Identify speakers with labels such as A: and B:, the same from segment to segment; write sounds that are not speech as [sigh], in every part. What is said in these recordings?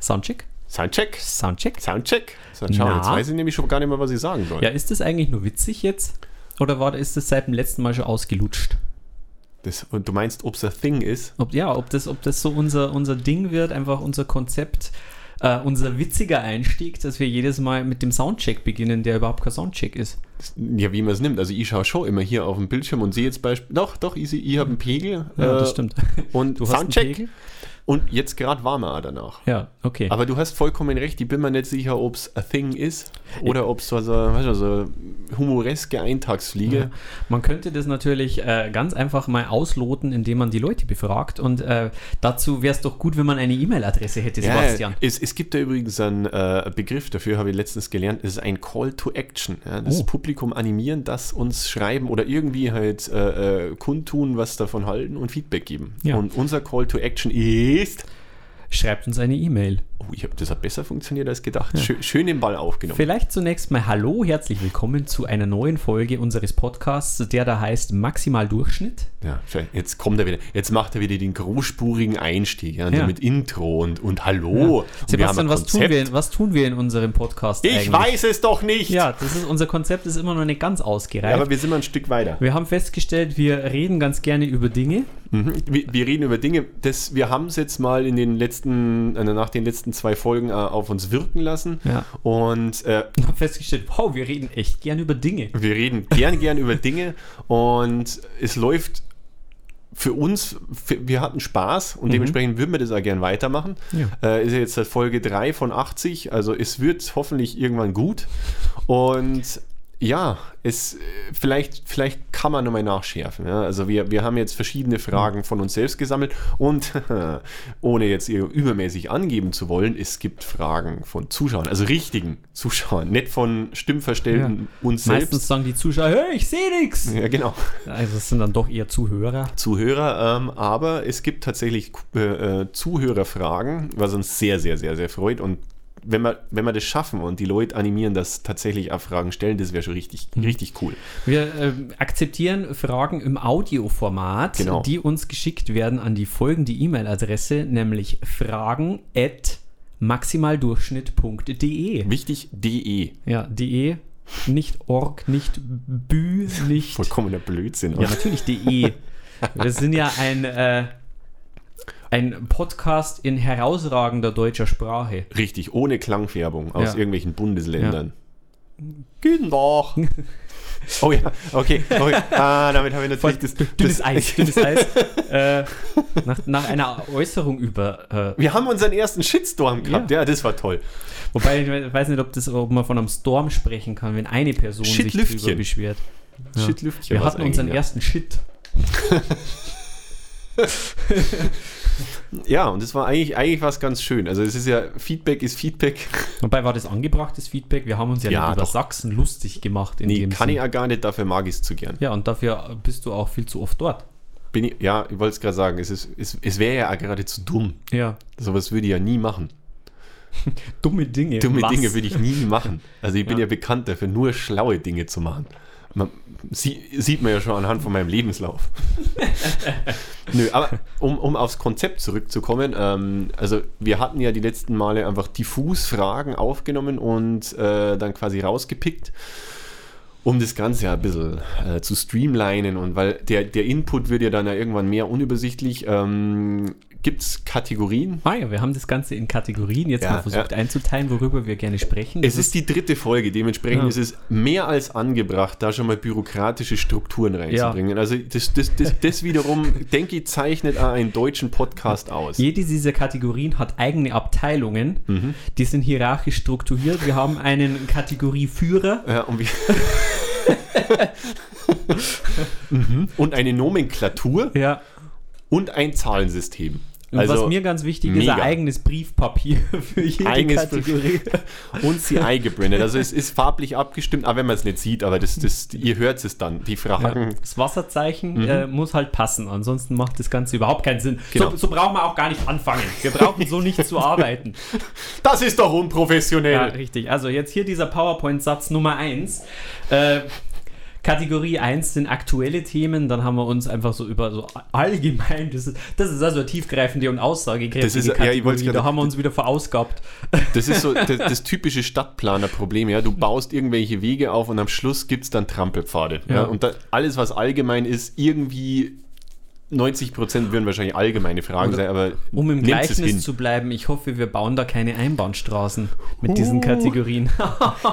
A: Soundcheck?
B: Soundcheck.
A: Soundcheck?
B: Soundcheck. So, schau,
A: Na?
B: jetzt weiß ich nämlich schon gar nicht mehr, was ich sagen soll.
A: Ja, ist das eigentlich nur witzig jetzt? Oder war, ist das seit dem letzten Mal schon ausgelutscht?
B: Das, und du meinst, ob's a thing ist?
A: Ob, ja, ob das, ob das so unser, unser Ding wird, einfach unser Konzept, äh, unser witziger Einstieg, dass wir jedes Mal mit dem Soundcheck beginnen, der überhaupt kein Soundcheck ist.
B: Ja, wie man es nimmt. Also ich schaue schon immer hier auf dem Bildschirm und sehe jetzt beispielsweise, doch, doch, ich, seh- ich habe einen Pegel.
A: Ja,
B: äh,
A: das
B: [laughs]
A: stimmt.
B: Und
A: Du hast einen
B: Soundcheck.
A: Pegel?
B: Und jetzt gerade war man auch danach.
A: Ja, okay.
B: Aber du hast vollkommen recht, ich bin mir nicht sicher, ob's a thing ist oder ob's so, so, weißt du, so humoreske Eintagsfliege.
A: Ja. Man könnte das natürlich äh, ganz einfach mal ausloten, indem man die Leute befragt. Und äh, dazu wäre es doch gut, wenn man eine E-Mail-Adresse hätte,
B: Ja,
A: Sebastian.
B: Es, es gibt da übrigens einen äh, Begriff dafür, habe ich letztens gelernt. Es ist ein Call to Action. Ja? Das
A: Oh.
B: Publikum animieren, das uns schreiben oder irgendwie halt äh, äh, kundtun, was davon halten und Feedback geben.
A: Ja.
B: Und unser Call to Action ist.
A: Schreibt uns eine E-Mail.
B: Oh, ich hab, das hat besser funktioniert als gedacht. Schö- schön den Ball aufgenommen.
A: Vielleicht zunächst mal Hallo, herzlich willkommen zu einer neuen Folge unseres Podcasts, der da heißt Maximal Durchschnitt.
B: Ja, schön. jetzt kommt er wieder. Jetzt macht er wieder den großspurigen Einstieg ja, und
A: Ja.
B: so mit Intro und, und Hallo. Und Oh, wir haben
A: Sebastian,
B: ein
A: was tun,
B: Konzept.
A: wir, was tun wir in unserem Podcast
B: Ich
A: eigentlich?
B: weiß es doch nicht.
A: Ja, das ist, unser Konzept ist immer noch nicht ganz ausgereift.
B: aber wir sind mal ein Stück weiter.
A: wir haben festgestellt, wir reden ganz gerne über Dinge.
B: Mhm. Wir, wir reden über Dinge, das, wir haben es jetzt mal in den letzten, äh, nach den letzten zwei Folgen äh, auf uns wirken lassen.
A: Ja.
B: Und äh,
A: Wir haben festgestellt, wow, wir reden echt gern über Dinge.
B: wir reden gern, gern über Dinge. Und es läuft für uns, für, wir hatten Spaß und dementsprechend würden wir das auch gern weitermachen.
A: Mhm. Ja.
B: Äh, ist ja jetzt Folge 3 von 80, also es wird hoffentlich irgendwann gut. Und ja, es äh, vielleicht, vielleicht kann man nochmal nachschärfen. Ja? Also wir, wir haben jetzt verschiedene Fragen von uns selbst gesammelt und [laughs] ohne jetzt ir- übermäßig angeben zu wollen, es gibt Fragen von Zuschauern, also richtigen Zuschauern, nicht von stimmverstellten uns selbst.
A: Meistens sagen die Zuschauer, hey, ich sehe nichts.
B: Ja, genau.
A: Also es sind dann doch eher Zuhörer.
B: Zuhörer, ähm, aber es gibt tatsächlich äh, äh, Zuhörerfragen, was uns sehr, sehr, sehr, sehr freut. Und wenn wir, wenn wir das schaffen und die Leute animieren, dass tatsächlich auch Fragen stellen, das wäre schon richtig,
A: Mhm.
B: richtig cool.
A: Wir ähm, akzeptieren Fragen im Audioformat,
B: Genau.
A: die uns geschickt werden an die folgende E-Mail-Adresse, nämlich fragen at maximaldurchschnitt.de.
B: Wichtig, DE.
A: E. Ja, de, nicht org, nicht bü, nicht...
B: Vollkommener Blödsinn.
A: Ja,
B: oder?
A: natürlich de. Wir sind ja ein, äh, ein Podcast in herausragender deutscher Sprache.
B: Richtig, ohne Klangfärbung aus
A: Ja.
B: irgendwelchen Bundesländern. Guten Tag. [laughs] oh ja, okay. okay. Ah, damit habe ich natürlich das,
A: Dünnes
B: das-
A: Eis, dünnes Eis. äh, nach, nach einer Äußerung über... Äh,
B: Wir haben unseren ersten Shitstorm gehabt.
A: Ja.
B: Ja, das war toll.
A: wobei, ich we- weiß nicht, ob, das, ob man von einem Storm sprechen kann, wenn eine Person sich
B: Shitlüftchen.
A: drüber beschwert. Ja.
B: Shitlüftchen
A: Wir
B: war's
A: hatten unseren
B: eigentlich, ja.
A: ersten Shit.
B: Ja, und das war eigentlich, eigentlich was ganz schön. Also es ist ja, Feedback ist Feedback.
A: Wobei war das angebrachtes Feedback. Wir haben uns ja,
B: Ja,
A: nicht über
B: doch.
A: Sachsen lustig gemacht. In
B: Nee,
A: dem
B: kann
A: Sinn.
B: ich auch gar nicht, dafür mag ich es zu gern.
A: Ja, und dafür bist du auch viel zu oft dort.
B: Bin ich, ja, ich wollte es gerade sagen, es, ist- es, es wäre ja auch geradezu dumm.
A: Ja.
B: Sowas würde ich ja nie machen.
A: Dumme Dinge.
B: Dumme
A: Was?
B: Dinge würde ich nie machen. Also ich bin
A: Ja.
B: ja bekannt dafür, nur schlaue Dinge zu machen. Man, sie, sieht man ja schon anhand von meinem Lebenslauf. Nö, aber um, um aufs Konzept zurückzukommen, ähm, also wir hatten ja die letzten Male einfach diffus Fragen aufgenommen und äh, dann quasi rausgepickt, um das Ganze ja ein bisschen äh, zu streamlinen und weil der, der Input wird ja dann ja irgendwann mehr unübersichtlich. Ähm, Gibt es Kategorien?
A: Ah ja, wir haben das Ganze in Kategorien jetzt
B: Ja,
A: mal versucht einzuteilen, worüber wir gerne sprechen.
B: Es ist die dritte Folge, dementsprechend
A: Mhm. Ja.
B: ist es mehr als angebracht, da schon mal bürokratische Strukturen reinzubringen. Also das, das, das,
A: [laughs]
B: das wiederum, denke ich, zeichnet auch einen deutschen Podcast aus.
A: jede dieser Kategorien hat eigene Abteilungen,
B: Mhm.
A: die sind hierarchisch strukturiert. Wir haben einen Kategorieführer.
B: Ja, und, wir Mhm. [laughs] und eine Nomenklatur
A: Ja,
B: und ein Zahlensystem. Also,
A: und was mir ganz wichtig ist, ein
B: mega.
A: eigenes Briefpapier [laughs] für jede
B: Eigenes
A: Kategorie.
B: und
A: [laughs]
B: CI gebrandet. Also es ist farblich abgestimmt, auch wenn man es nicht sieht, aber das, das, ihr hört es dann, die Fragen.
A: Das Wasserzeichen
B: Mhm.
A: äh, muss halt passen, ansonsten macht das Ganze überhaupt keinen Sinn. So,
B: Genau.
A: so brauchen wir auch gar nicht anfangen. Wir brauchen so nicht zu
B: [laughs]
A: arbeiten.
B: Das ist doch unprofessionell.
A: Ja, richtig. Also jetzt hier dieser PowerPoint-Satz Nummer 1. Äh, Kategorie 1 sind aktuelle Themen, dann haben wir uns einfach so über so allgemein, das ist, das ist also eine tiefgreifende und aussagekräftige
B: Das ist- ja, ich
A: Kategorie,
B: wollt's gerade-
A: da haben wir uns wieder verausgabt.
B: Das ist so das, das typische Stadtplanerproblem, ja. Du baust irgendwelche Wege auf und am Schluss gibt es dann Trampelpfade. Ja.
A: Ja.
B: Und da, alles, was allgemein ist, irgendwie 90 Prozent würden wahrscheinlich allgemeine Fragen
A: Oder-
B: sein, aber
A: Um im
B: nehmt's
A: Gleichnis zu bleiben, ich hoffe, wir bauen da keine Einbahnstraßen mit diesen
B: Uh.
A: Kategorien.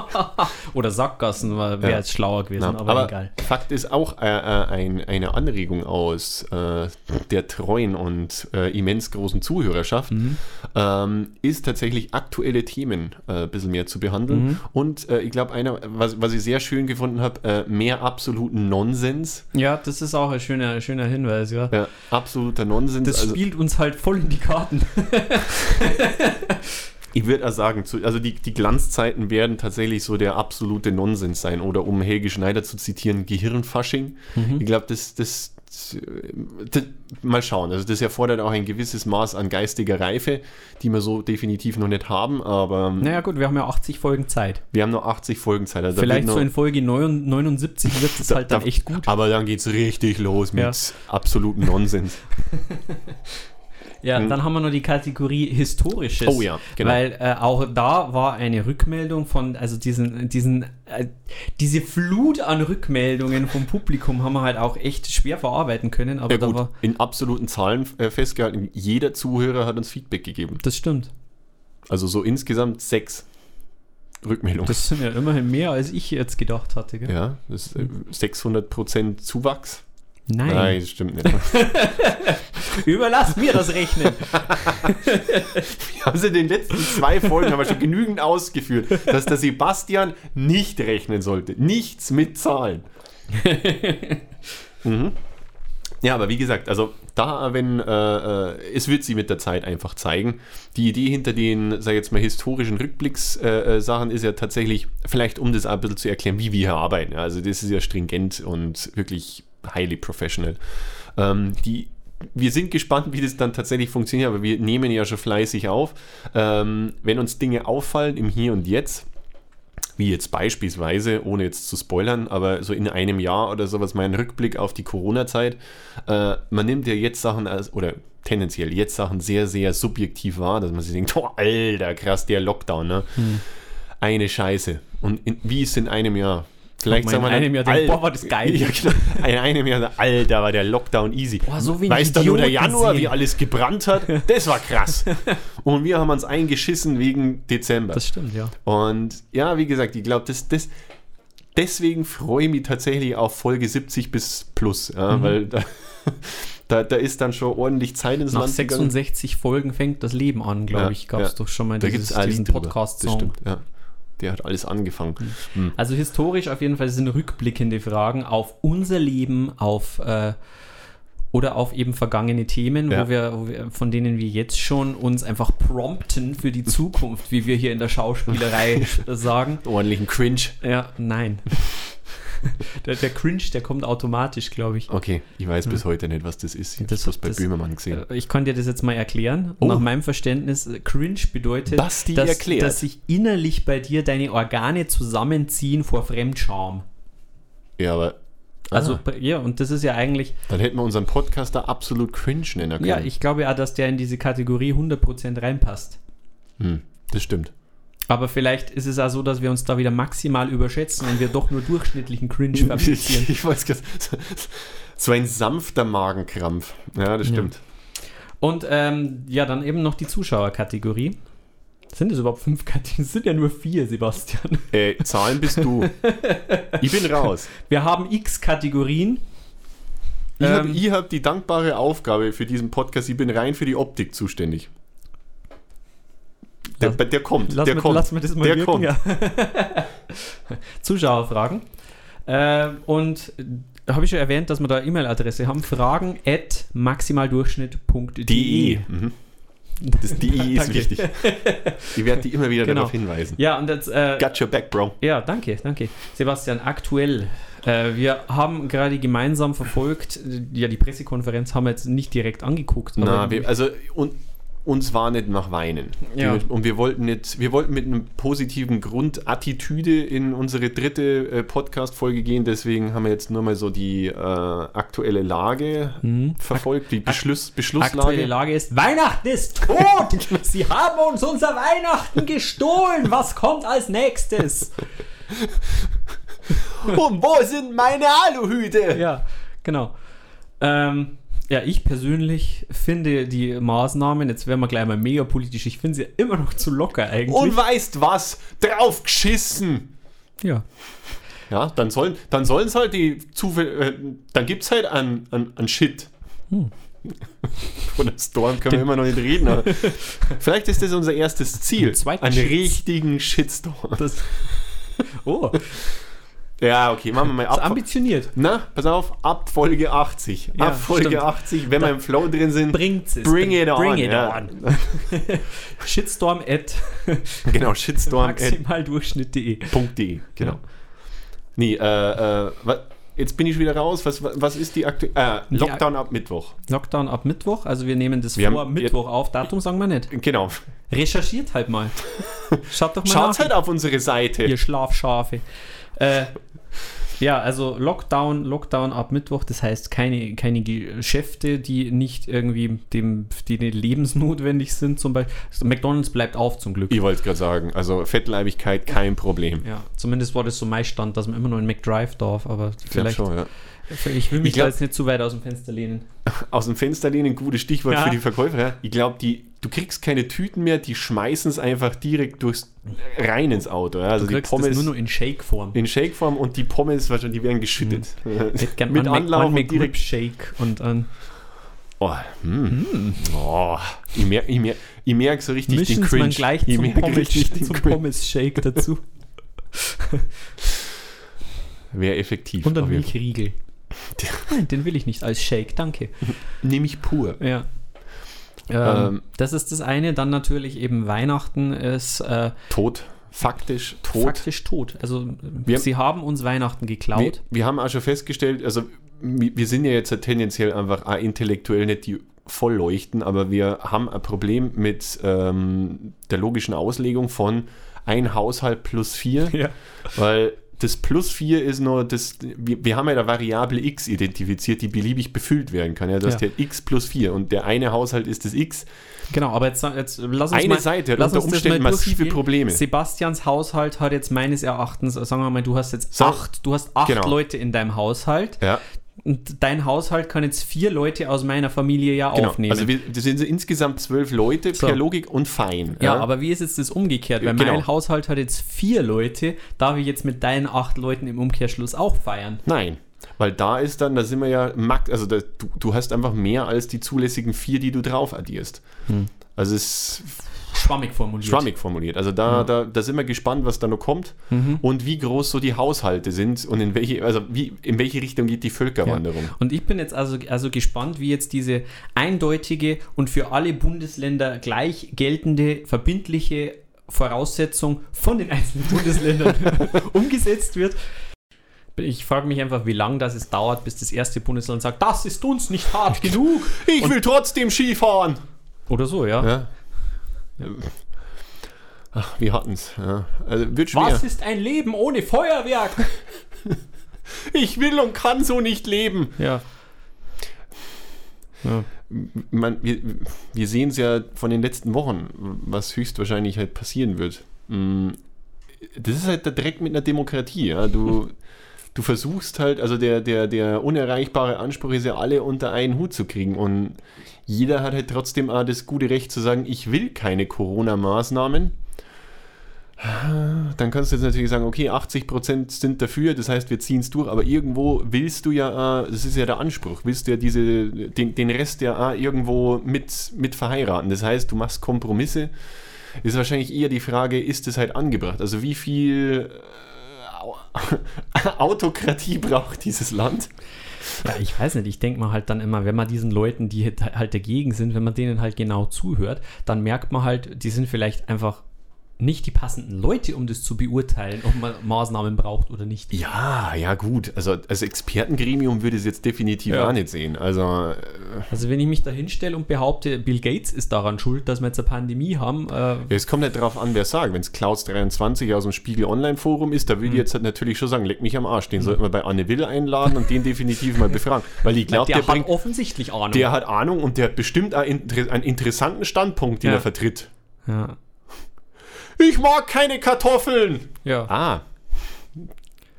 A: [laughs] Oder Sackgassen, wäre
B: Ja.
A: jetzt schlauer gewesen,
B: Na,
A: aber, egal.
B: Fakt ist auch äh, äh, ein, eine Anregung aus äh, der treuen und äh, immens großen Zuhörerschaft,
A: Mhm.
B: ähm, ist tatsächlich aktuelle Themen äh, ein bisschen mehr zu behandeln.
A: Mhm.
B: Und äh, ich glaube, einer, was, was ich sehr schön gefunden habe, äh, mehr absoluten Nonsens.
A: Ja, das ist auch ein schöner, schöner Hinweis, ja.
B: Ja, absoluter Nonsens.
A: Das
B: also,
A: spielt uns halt voll in die Karten.
B: ich würde auch sagen, zu, also die, die Glanzzeiten werden tatsächlich so der absolute Nonsens sein. Oder um Helge Schneider zu zitieren, Gehirnfasching. Ich glaube, das, das, das, das, mal schauen. Also das erfordert auch ein gewisses Maß an geistiger Reife, die wir so definitiv noch nicht haben. Aber ähm,
A: Naja gut, wir haben ja 80 Folgen Zeit.
B: wir haben noch 80 Folgen Zeit. Also da
A: Vielleicht
B: wird noch,
A: so in Folge 9
B: [laughs]
A: 79 wird es halt dann
B: da-
A: echt gut.
B: Aber dann geht's richtig los mit
A: Ja.
B: absolutem
A: [laughs]
B: Nonsens.
A: Ja, dann haben wir noch die Kategorie Historisches.
B: Mhm. Oh ja, genau.
A: Weil äh, auch da war eine Rückmeldung von, also diesen, diesen, äh, diese Flut an Rückmeldungen vom Publikum haben wir halt auch echt schwer verarbeiten können. Aber
B: Ja
A: da
B: gut,
A: war,
B: in absoluten Zahlen äh, festgehalten, jeder Zuhörer hat uns Feedback gegeben.
A: das stimmt.
B: Also so insgesamt sechs Rückmeldungen.
A: Das sind ja immerhin mehr, als ich jetzt gedacht hatte. Gell?
B: ja, das ist äh, 600% Zuwachs.
A: Nein.
B: Nein, das stimmt nicht.
A: überlass mir das
B: [laughs]
A: Rechnen.
B: haben sie Also in den letzten zwei Folgen haben wir schon genügend ausgeführt, dass der Sebastian nicht rechnen sollte. Nichts mit Zahlen. mhm. Ja, aber wie gesagt, also da, wenn, äh, äh, es wird sie mit der Zeit einfach zeigen. Die Idee hinter den, sag ich jetzt mal, historischen Rückblickssachen äh, äh, Sachen ist ja tatsächlich, vielleicht um das auch ein bisschen zu erklären, wie wir hier arbeiten. Ja, also das ist ja stringent und wirklich highly professional. Ähm, die, wir sind gespannt, wie das dann tatsächlich funktioniert, aber wir nehmen ja schon fleißig auf. Ähm, wenn uns Dinge auffallen im Hier und Jetzt, wie jetzt beispielsweise, ohne jetzt zu spoilern, aber so in einem Jahr oder sowas, mein Rückblick auf die Corona-Zeit, äh, man nimmt ja jetzt Sachen als, oder tendenziell jetzt Sachen sehr, sehr subjektiv wahr, dass man sich denkt, oh, alter, krass, der Lockdown, ne?
A: Hm.
B: Eine Scheiße. Und in, wie ist in einem Jahr? Vielleicht
A: man
B: sagen
A: in
B: wir dann,
A: einem Jahr denkt,
B: Alter-
A: boah, war das geil.
B: [laughs] Ja, genau. In einem Jahr, alter, war der Lockdown easy.
A: Boah, so wenig
B: weißt du nur der
A: Idioten
B: Januar,
A: sehen.
B: wie alles
A: [laughs]
B: gebrannt hat? Das war krass. Und wir haben uns eingeschissen wegen Dezember.
A: Das stimmt, ja.
B: Und ja, wie gesagt, ich glaube, das, das, deswegen freue ich mich tatsächlich auf Folge 70 bis plus, ja,
A: Mhm.
B: weil da, [laughs] da, da ist dann schon ordentlich Zeit ins
A: Nach
B: Land gegangen.
A: 66 Folgen fängt das Leben an, glaube
B: Ja,
A: ich. Gab es
B: ja.
A: doch schon mal
B: Da gibt
A: dieses,
B: es
A: diesen
B: Das
A: Podcast-Song.
B: stimmt, ja. Der hat alles angefangen. Hm.
A: Also historisch auf jeden Fall sind rückblickende Fragen auf unser Leben, auf äh, oder auf eben vergangene Themen,
B: Ja.
A: wo, wir, wo wir, von denen wir jetzt schon uns einfach prompten für die Zukunft, wie wir hier in der Schauspielerei
B: [laughs]
A: sch- sagen.
B: Ordentlichen Cringe.
A: Ja, nein. [laughs] der, der Cringe, der kommt automatisch, glaube ich.
B: Okay, ich weiß bis heute nicht, was das ist. Ich
A: Mhm. Das-
B: habe das bei
A: das- äh,
B: Böhmermann gesehen.
A: Ich konnte dir das jetzt mal erklären.
B: Oh.
A: Nach meinem Verständnis, äh, cringe bedeutet,
B: Basti
A: dass,
B: erklärt.
A: dass sich innerlich bei dir deine Organe zusammenziehen vor Fremdscham.
B: Ja, aber
A: Also,
B: Ah.
A: bei- ja, und das ist ja eigentlich,
B: dann hätten wir unseren Podcast da absolut cringe nennen können.
A: Ja, ich glaube ja, dass der in diese Kategorie 100% reinpasst.
B: Hm, das stimmt.
A: Aber vielleicht ist es auch so, dass wir uns da wieder maximal überschätzen und wir doch nur durchschnittlichen
B: [laughs]
A: Cringe fabrizieren.
B: Ich weiß gar [laughs] So ein sanfter Magenkrampf. Ja, das
A: Ja.
B: stimmt.
A: Und ähm, ja, dann eben noch die Zuschauerkategorie. Sind es überhaupt fünf Kategorien? Es sind ja nur vier, Sebastian. [laughs]
B: Äh, Zahlen bist du. ich bin raus.
A: Wir haben x Kategorien.
B: Ich hab-
A: Ähm.
B: ich habe hab die dankbare Aufgabe für diesen Podcast. Ich bin rein für die Optik zuständig. Der,
A: Lass-
B: der kommt,
A: Lass,
B: der
A: mir,
B: kommt.
A: lass mir das mal
B: der
A: wirken.
B: kommt.
A: Ja. [laughs] Zuschauerfragen. Äh, und äh, habe ich schon erwähnt, dass wir da E-Mail-Adresse haben. Fragen at maximaldurchschnitt.de.
B: DE. Mhm. Das
A: [laughs]
B: DE ist
A: E. Danke.
B: wichtig. Ich werde die immer wieder
A: Genau.
B: darauf hinweisen.
A: Ja, und jetzt. Äh,
B: Got your back, Bro.
A: ja, danke, danke. Sebastian, aktuell. Äh, wir haben gerade gemeinsam verfolgt, äh, ja, die Pressekonferenz haben wir jetzt nicht direkt angeguckt.
B: Na, wir, also und uns war nicht nach Weinen.
A: Ja.
B: Und wir wollten nicht, wir wollten mit einem positiven Grundattitüde in unsere dritte äh, Podcast-Folge gehen, deswegen haben wir jetzt nur mal so die äh, aktuelle Lage verfolgt, die Beschluss,
A: Mhm. Aktuelle
B: Beschlusslage.
A: Lage ist, Weihnachten ist tot!
B: [laughs]
A: Sie haben uns unser Weihnachten gestohlen! Was kommt als nächstes?
B: Und wo sind meine Aluhüte?
A: [laughs] Ja, genau. Ähm, ja, ich persönlich finde die Maßnahmen, jetzt werden wir gleich mal mega politisch, ich finde sie immer noch zu locker eigentlich.
B: Und weißt was? Draufgeschissen!
A: ja.
B: Ja, dann sollen dann sollen's halt die Zufälle, äh, dann gibt's halt an, an, an Shit.
A: Hm.
B: Von der Storm können wir immer noch nicht reden,
A: [laughs]
B: aber vielleicht ist das unser erstes Ziel.
A: Einen zweiten
B: Einen
A: Shit.
B: richtigen Shitstorm.
A: Das, [laughs] oh,
B: Ja, okay, machen wir mal
A: ist
B: ab.
A: ambitioniert.
B: Na, pass auf, ab Folge 80.
A: Ja,
B: ab Folge
A: stimmt.
B: 80, wenn wir im Flow drin sind,
A: Bringt es.
B: bring it on.
A: Bring it
B: ja.
A: on. [laughs] Shitstorm at
B: Genau, Shitstorm at
A: maximaldurchschnitt.de.
B: Punkt.de, genau. Nee, äh, äh, wa- jetzt bin ich wieder raus. Was, wa- was ist die aktuelle... Äh, Lockdown ab Mittwoch.
A: Lockdown ab Mittwoch, also wir nehmen das
B: Wir
A: vor
B: haben- wir-
A: Mittwoch auf. Datum sagen wir nicht.
B: Genau.
A: Recherchiert halt
B: [laughs]
A: mal. Schaut doch mal
B: Schaut
A: nach,
B: halt auf unsere Seite.
A: ihr Schlafschafe. Äh, ja, also Lockdown, Lockdown ab Mittwoch, das heißt keine, keine Geschäfte, die nicht irgendwie dem, die nicht lebensnotwendig sind, zum Beispiel. Also McDonalds bleibt auf zum Glück.
B: Ich wollte gerade sagen, also Fettleibigkeit kein Problem.
A: Ja, zumindest war das so mein Stand, dass man immer nur in McDrive darf, aber vielleicht.
B: Ja, schon, ja.
A: Ich will mich
B: Ich glaub-
A: da jetzt nicht zu weit aus dem Fenster lehnen.
B: Aus dem Fenster lehnen, gutes Stichwort
A: Ja.
B: für die Verkäufer. ja. Ich glaube, die, du kriegst keine Tüten mehr, die schmeißen es einfach direkt durchs rein ins Auto. Ja. Also
A: Du
B: die
A: kriegst das
B: Pommes
A: nur noch in Shake-Form.
B: in Shakeform und die Pommes wahrscheinlich, die werden geschüttet.
A: Mit,
B: [laughs] Mit Anlauf und
A: Direct
B: direkt.
A: Shake und ähm, an
B: Oh, hm. oh, ich merke ich merk, ich merk so richtig
A: mischen
B: den
A: sie
B: Cringe.
A: man gleich
B: ich
A: zum
B: merk richtig
A: Pommes-
B: den
A: [laughs] zum
B: Cringe.
A: Pommes-Shake dazu.
B: Wäre effektiv.
A: Und einen
B: aber
A: Milchriegel. Nein, [laughs] den will ich nicht als Shake, danke.
B: Nehme ich pur.
A: Ja. Ähm,
B: Ähm.
A: das ist das eine. Dann natürlich eben Weihnachten ist äh,
B: Tot. Faktisch tot.
A: faktisch tot. Also äh,
B: Wir-
A: sie haben uns Weihnachten
B: Wir,
A: geklaut.
B: wir haben auch schon festgestellt, also wir wir sind ja jetzt tendenziell einfach auch intellektuell nicht die Vollleuchten, aber wir haben ein Problem mit ähm, der logischen Auslegung von ein Haushalt plus vier,
A: [laughs] Ja.
B: weil das plus vier ist nur das, wir, wir haben ja da Variable x identifiziert, die beliebig befüllt werden kann. Ja, das
A: Ja.
B: ist der x plus vier und der eine Haushalt ist das x.
A: Genau, aber jetzt, jetzt lass uns
B: Eine
A: mal,
B: Seite hat
A: lass uns
B: unter
A: das
B: Umständen
A: mal
B: massive
A: durchspielen.
B: Probleme.
A: Sebastians Haushalt hat jetzt meines Erachtens, sagen wir mal, du hast jetzt
B: Sag-
A: acht, du hast acht
B: Genau.
A: Leute in deinem Haushalt
B: Ja,
A: und dein Haushalt kann jetzt vier Leute aus meiner Familie ja
B: genau.
A: aufnehmen.
B: Also wir, das sind so insgesamt zwölf Leute
A: So.
B: per Logik und fein.
A: ja, aber wie ist jetzt das umgekehrt? Weil mein
B: Genau.
A: Haushalt hat jetzt vier Leute, darf ich jetzt mit deinen acht Leuten im Umkehrschluss auch feiern?
B: Nein, weil da ist dann, da sind wir ja, max- also da, du, du hast einfach mehr als die zulässigen vier, die du drauf addierst. Also es ist
A: Schwammig formuliert.
B: schwammig formuliert. Also da, da, da sind wir gespannt, was da noch kommt und wie groß so die Haushalte sind und in welche, also wie, in welche Richtung geht die Völkerwanderung.
A: Und ich bin jetzt also, also gespannt, wie jetzt diese eindeutige und für alle Bundesländer gleich geltende, verbindliche Voraussetzung von den einzelnen Bundesländern [laughs] umgesetzt wird. Ich frage mich einfach, wie lange das es dauert, bis das erste Bundesland sagt, das ist uns nicht hart genug.
B: Ich will trotzdem Skifahren!
A: Oder so, ja.
B: Ja. Ach, wir hatten's. Ja. Also wird schwer.
A: Was ist ein Leben ohne Feuerwerk?
B: Ich will und kann so nicht leben.
A: Ja.
B: man, wir, wir sehen es ja von den letzten Wochen, was höchstwahrscheinlich halt passieren wird. Mm, Das ist halt der Dreck mit einer Demokratie. Ja? Du, du versuchst halt, also der, der, der unerreichbare Anspruch ist ja, alle unter einen Hut zu kriegen. Und jeder hat halt trotzdem auch das gute Recht zu sagen, ich will keine Corona-Maßnahmen. Dann kannst du jetzt natürlich sagen, okay, 80% sind dafür, das heißt, wir ziehen es durch, aber irgendwo willst du ja, äh, das ist ja der Anspruch, willst du ja diese, den, den Rest ja äh, irgendwo mit, mit verheiraten. Das heißt, du machst Kompromisse. Ist wahrscheinlich eher die Frage, ist es halt angebracht? Also wie viel äh, Au- [laughs] Autokratie braucht dieses Land?
A: Ja, ich weiß nicht, ich denke mal halt dann immer, wenn man diesen Leuten, die halt- halt dagegen sind, wenn man denen halt genau zuhört, dann merkt man halt, die sind vielleicht einfach nicht die passenden Leute, um das zu beurteilen, ob man Maßnahmen braucht oder nicht.
B: Ja, ja, gut. Also als Expertengremium würde ich es jetzt definitiv
A: Ja.
B: auch nicht sehen. Also, äh,
A: Also wenn ich mich da hinstelle und behaupte, Bill Gates ist daran schuld, dass wir jetzt eine Pandemie haben, äh,
B: es kommt nicht darauf an, wer es sagt. Wenn es Klaus23 aus dem Spiegel Online-Forum ist, da
A: Mhm.
B: würde ich jetzt halt natürlich schon sagen, leck mich am Arsch. Den sollten wir bei Anne Will einladen und den definitiv mal befragen.
A: [laughs]
B: Weil ich glaube,
A: der,
B: der,
A: hat
B: bringt,
A: offensichtlich Ahnung.
B: der hat Ahnung und der hat bestimmt einen, inter einen interessanten Standpunkt, den
A: Ja.
B: er vertritt.
A: ja.
B: Ich mag keine Kartoffeln!
A: Ja.
B: Ah.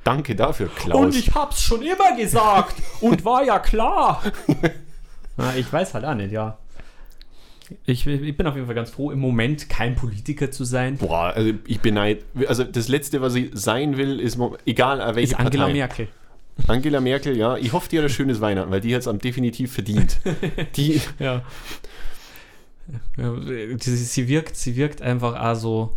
B: Danke dafür, Klaus.
A: Und ich hab's schon immer gesagt und war ja klar. [laughs] Na, ich weiß halt auch nicht, ja. Ich, ich bin auf jeden Fall ganz froh, im Moment kein Politiker zu sein.
B: Boah, also ich beneid. Also das Letzte, was ich sein will, ist, mo- egal äh, welche
A: Ist Angela
B: Partei.
A: Merkel.
B: Angela Merkel, ja. Ich hoffe, die hat ein schönes Weihnachten, weil die hat es am definitiv verdient. Die,
A: [laughs] Ja. ja sie, sie wirkt, sie wirkt einfach auch so,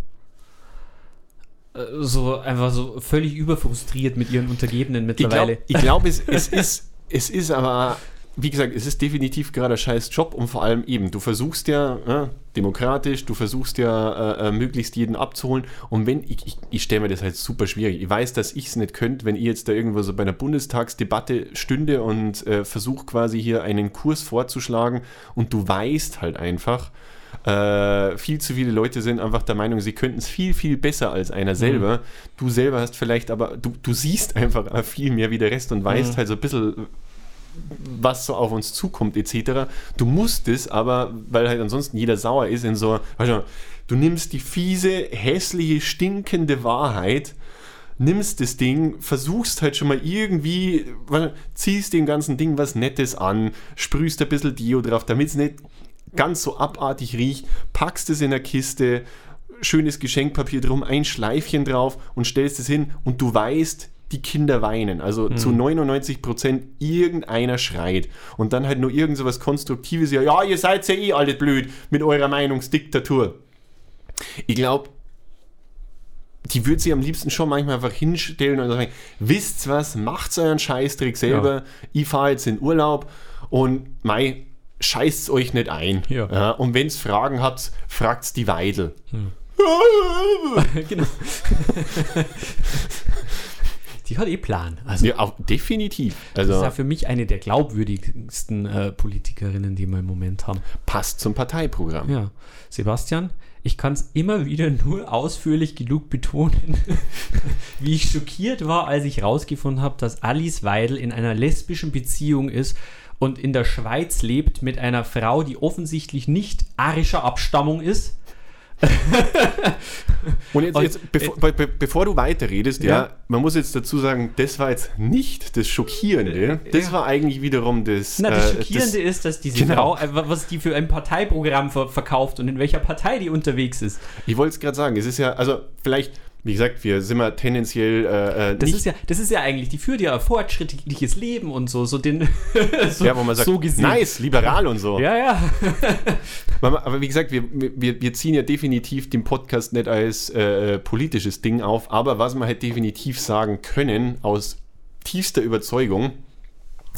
A: äh, so einfach so völlig überfrustriert mit ihren Untergebenen
B: ich
A: mittlerweile. [laughs]
B: glaube, ich glaub, es, es, ist, es ist aber, wie gesagt, es ist definitiv gerade ein scheiß Job und vor allem eben, du versuchst ja äh, demokratisch, du versuchst ja äh, äh, möglichst jeden abzuholen und wenn, ich, ich, ich stelle mir das halt super schwierig. Ich weiß, dass ich es nicht könnte, wenn ich jetzt da irgendwo so bei einer Bundestagsdebatte stünde und äh, versuche quasi hier einen Kurs vorzuschlagen und du weißt halt einfach, äh, viel zu viele Leute sind einfach der Meinung, sie könnten es viel, viel besser als einer selber. Du selber hast vielleicht aber, du, du siehst einfach auch viel mehr wie der Rest und weißt halt so ein bisschen, was so auf uns zukommt, etc. Du musst es aber, weil halt ansonsten jeder sauer ist, in so, weißt du, du nimmst die fiese, hässliche, stinkende Wahrheit nimmst das Ding, versuchst halt schon mal irgendwie, weil- ziehst dem ganzen Ding was Nettes an, sprühst ein bisschen Dio drauf, damit es nicht ganz so abartig riecht, packst es in der Kiste, schönes Geschenkpapier drum, ein Schleifchen drauf und stellst es hin und du weißt, die Kinder weinen. Also zu 99 Prozent irgendeiner schreit. Und dann halt nur irgend so was Konstruktives, ja, ja, ihr seid ja eh alle blöd mit eurer Meinungsdiktatur. Ich glaube, die würde sie am liebsten schon manchmal einfach hinstellen und sagen, wisst was, macht's euren Scheißtrick selber, ich fahre jetzt in Urlaub und mei, scheißt's euch nicht ein.
A: Ja.
B: und wenn's Fragen habt, fragt's die Weidel.
A: Hm. genau. [laughs] Die hat eh Plan. Also
B: Ja, auch definitiv.
A: das
B: Also
A: ist ja für mich eine der glaubwürdigsten äh, Politikerinnen, die wir im Moment haben.
B: passt zum Parteiprogramm.
A: Ja, Sebastian, ich kann es immer wieder nur ausführlich genug betonen, [laughs] wie ich schockiert war, als ich rausgefunden habe, dass Alice Weidel in einer lesbischen Beziehung ist und in der Schweiz lebt mit einer Frau, die offensichtlich nicht arischer Abstammung ist.
B: Und jetzt,
A: Und- äh,
B: jetzt bevor, be, be, bevor du weiterredest, ja.
A: Ja.
B: man muss jetzt dazu sagen, das war jetzt nicht das Schockierende. Das
A: Äh, Ja.
B: war eigentlich wiederum das.
A: Na, das
B: äh,
A: Schockierende ist, dass diese
B: genau.
A: Frau, äh, wa- was die für ein Parteiprogramm ver verkauft und in welcher Partei die unterwegs ist.
B: Ich wollte es gerade sagen, es ist ja, also vielleicht, wie gesagt, wir sind mal tendenziell äh, äh,
A: Das
B: nicht
A: ist ja, das ist ja eigentlich, die führt ja ein fortschrittliches Leben und so, so den, [laughs] so,
B: ja, wo man sagt,
A: so gesehen.
B: nice, liberal und so.
A: Ja, ja.
B: Aber, aber wie gesagt, wir, wir, wir ziehen ja definitiv den Podcast nicht als äh, politisches Ding auf, aber was wir halt definitiv sagen können, aus tiefster Überzeugung,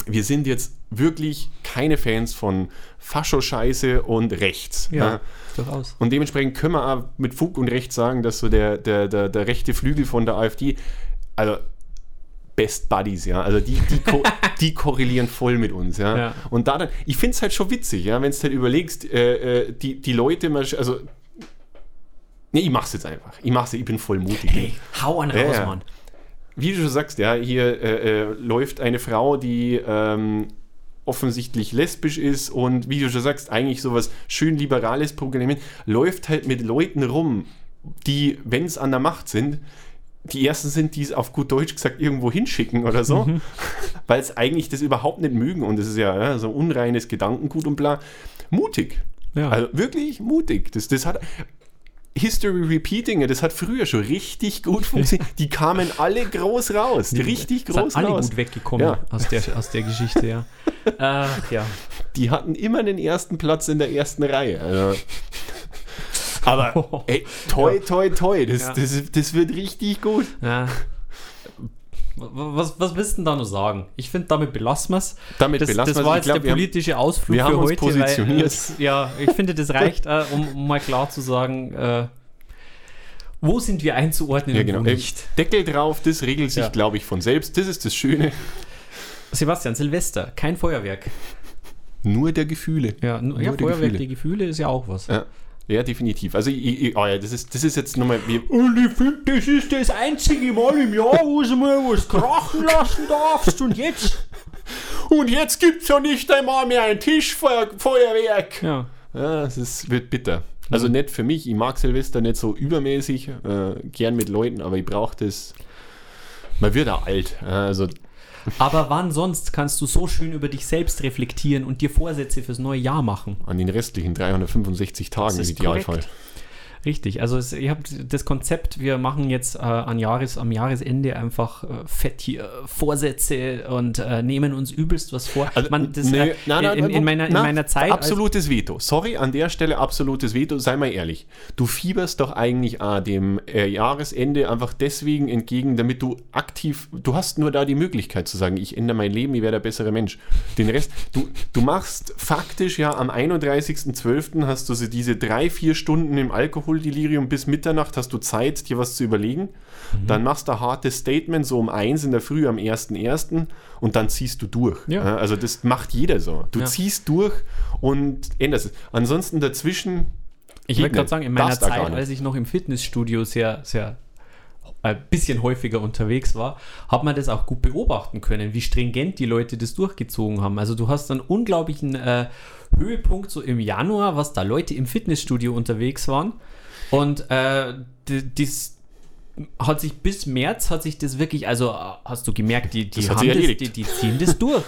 B: wir sind jetzt wirklich keine Fans von Faschoscheiße und rechts.
A: Ja,
B: ne?
A: durchaus.
B: Und dementsprechend können wir auch mit Fug und Recht sagen, dass so der, der, der, der rechte Flügel von der AfD, also Best Buddies, ja. Also die, die,
A: [laughs]
B: ko die korrelieren voll mit uns, ja.
A: Ja.
B: Und da dann, ich finde es halt schon witzig, ja, wenn du halt überlegst, äh, äh, die, die Leute, mal sch- also. Nee, ich mach's jetzt einfach. Ich mach's, ich bin voll mutig.
A: Hey, hau an
B: Ja,
A: raus,
B: ja.
A: Mann.
B: Wie du schon sagst, ja, hier äh, äh, läuft eine Frau, die ähm, offensichtlich lesbisch ist und wie du schon sagst, eigentlich sowas schön liberales Programm läuft halt mit Leuten rum, die, wenn es an der Macht sind, die ersten sind, die es auf gut Deutsch gesagt irgendwo hinschicken oder so, [laughs] weil es eigentlich das überhaupt nicht mögen und es ist ja, ja so ein unreines Gedankengut und bla. Mutig.
A: Ja.
B: Also wirklich mutig. Das, das hat. History Repeating, das hat früher schon
A: [laughs]
B: richtig gut funktioniert. Die kamen alle groß raus. Die richtig
A: Das
B: groß
A: sind alle
B: raus.
A: gut weggekommen
B: Ja.
A: aus, der, aus der Geschichte,
B: [laughs]
A: ja. Ach ja.
B: Die hatten immer den ersten Platz in der ersten Reihe.
A: [laughs]
B: Also. Aber ey, toi, toi, toi, das,
A: Oh. Ja.
B: das, das wird richtig gut.
A: [laughs] ja. W- Was, was willst du denn da noch sagen? Ich finde, damit belassen wir es.
B: Damit
A: Das,
B: belassen
A: das
B: wir's.
A: war jetzt
B: Ich glaub,
A: der
B: wir haben-
A: politische Ausflug
B: wir haben
A: für
B: uns
A: heute.
B: positioniert. [laughs]
A: Weil, äh, ja, ich finde, das reicht, äh, um, um mal klar zu sagen, äh, wo sind wir einzuordnen
B: Ja, genau.
A: und wo nicht.
B: Deckel drauf, das regelt sich,
A: Ja.
B: glaube ich, von selbst. Das ist das Schöne.
A: Sebastian, Silvester, kein Feuerwerk.
B: Nur der Gefühle.
A: Ja,
B: Nur
A: nur
B: die Gefühle.
A: die Gefühle ist ja auch was.
B: Ja, ja definitiv. Also, ich, ich, oh ja, das ist, das ist jetzt nochmal. Wir,
A: Und ich finde, das ist das einzige Mal im Jahr, wo du mal was krachen lassen darfst. Und jetzt?
B: und jetzt gibt's ja nicht einmal mehr ein Tischfeuerwerk.
A: Ja.
B: Ja, es ist, wird bitter. Also nicht für mich, ich mag Silvester nicht so übermäßig, äh, gern mit Leuten, aber ich brauche das. Man wird auch alt. Also
A: Aber wann sonst kannst du so schön über dich selbst reflektieren und dir Vorsätze fürs neue Jahr machen?
B: an den restlichen 365 Tagen im
A: ist
B: Idealfall.
A: Richtig, also es, ihr habt das Konzept, wir machen jetzt äh, an Jahres, am Jahresende einfach äh, fett hier äh, Vorsätze und äh, nehmen uns übelst was vor.
B: Also,
A: Man, das,
B: nö,
A: äh,
B: nein, nein,
A: in, in, in, meiner, in
B: nein,
A: meiner Zeit. also als-
B: Absolutes Veto. Sorry, an der Stelle absolutes Veto. Sei mal ehrlich. Du fieberst doch eigentlich ah, dem äh, Jahresende einfach deswegen entgegen, damit du aktiv. Du hast nur da die Möglichkeit zu sagen, ich ändere mein Leben, ich werde ein besserer Mensch. Den Rest. Du, du machst faktisch ja am 31.12. hast du so diese drei, vier Stunden im Alkoholdelirium bis Mitternacht hast du Zeit, dir was zu überlegen.
A: Mhm.
B: Dann machst du ein hartes Statement so um eins in der Früh am 1.1. und dann ziehst du durch.
A: Ja.
B: Ja, also das macht jeder so. Du
A: Ja.
B: ziehst durch und änderst es. Ansonsten dazwischen,
A: Ich wollte
B: Geht
A: gerade
B: nicht.
A: sagen, in meiner
B: Darfst da gar
A: Zeit,
B: nicht.
A: als ich noch im Fitnessstudio sehr, sehr ein bisschen häufiger unterwegs war, hat man das auch gut beobachten können, wie stringent die Leute das durchgezogen haben. Also du hast einen unglaublichen äh, Höhepunkt so im Januar, was da Leute im Fitnessstudio unterwegs waren. Und äh, d- das hat sich bis März hat sich das wirklich, also äh, hast du gemerkt, die, die
B: Das hat sich
A: das,
B: erledigt.
A: die, die ziehen das durch.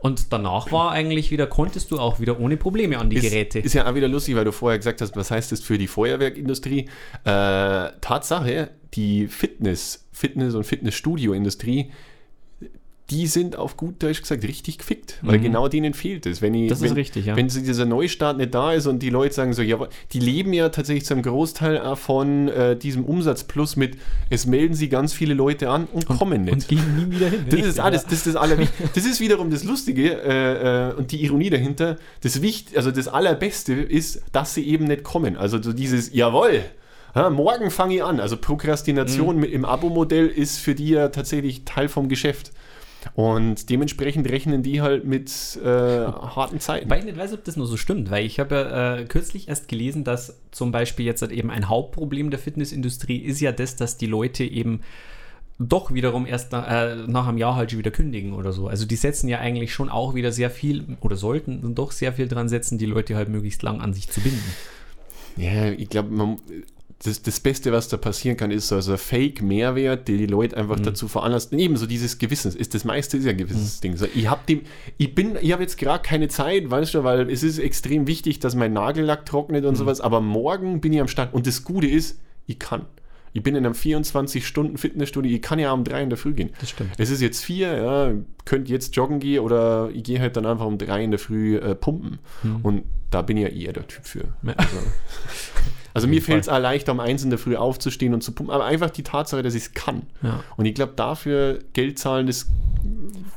A: Und danach war eigentlich wieder, konntest du auch wieder ohne Probleme an die Geräte.
B: Ist, ist ja auch wieder lustig, weil du vorher gesagt hast, was heißt das für die Feuerwerkindustrie? Äh, Tatsache, die Fitness, Fitness und Fitnessstudio-Industrie, die sind auf gut Deutsch gesagt richtig gefickt, weil genau denen fehlt es. Wenn ich,
A: Mhm. Das
B: wenn,
A: ist richtig, ja.
B: Wenn so dieser Neustart nicht da ist und die Leute sagen so, ja, die leben ja tatsächlich zum Großteil auch von äh, diesem Umsatz plus mit, es melden sie ganz viele Leute an und, kommen nicht.
A: Und gehen nie wieder hin.
B: [laughs] Das ist alles, das ist das Allerwichtigste. Das ist wiederum das Lustige äh, äh, und die Ironie dahinter. Das Wicht, also das Allerbeste ist, dass sie eben nicht kommen. Also so dieses Jawohl, ja, morgen fange ich an. Also Prokrastination mit, im Abo-Modell ist für die ja tatsächlich Teil vom Geschäft. Und dementsprechend rechnen die halt mit äh, harten Zeiten.
A: Weil ich nicht weiß, ob das nur so stimmt, weil ich habe ja äh, kürzlich erst gelesen, dass zum Beispiel jetzt halt eben ein Hauptproblem der Fitnessindustrie ist ja das, dass die Leute eben doch wiederum erst nach, äh, nach einem Jahr halt schon wieder kündigen oder so. Also die setzen ja eigentlich schon auch wieder sehr viel oder sollten doch sehr viel dran setzen, die Leute halt möglichst lang an sich zu binden.
B: Ja, ich glaube, das, das Beste, was da passieren kann, ist so also ein Fake-Mehrwert, der die Leute
A: Mhm.
B: einfach dazu veranlasst. Und Ebenso dieses Gewissens. Ist, das meiste ist ja ein gewisses Ding. So, ich habe ich bin, ich hab jetzt gerade keine Zeit, weißt du, weil es ist extrem wichtig, dass mein Nagellack trocknet
A: Mhm.
B: und sowas. Aber morgen bin ich am Start. Und das Gute ist, ich kann. Ich bin in einem 24-Stunden-Fitnessstudio. Ich kann ja um drei in der Früh gehen.
A: Das stimmt.
B: Es ist jetzt vier, ja, könnt jetzt joggen gehen oder ich gehe halt dann einfach um drei in der Früh äh, pumpen.
A: Mhm.
B: Und da bin ich ja eher der Typ für. [laughs]
A: Ja.
B: Also, also mir fällt es leichter, um eins in der Früh aufzustehen und zu pumpen, aber einfach die Tatsache, dass ich es kann.
A: Ja.
B: Und ich glaube, dafür Geld zahlen, das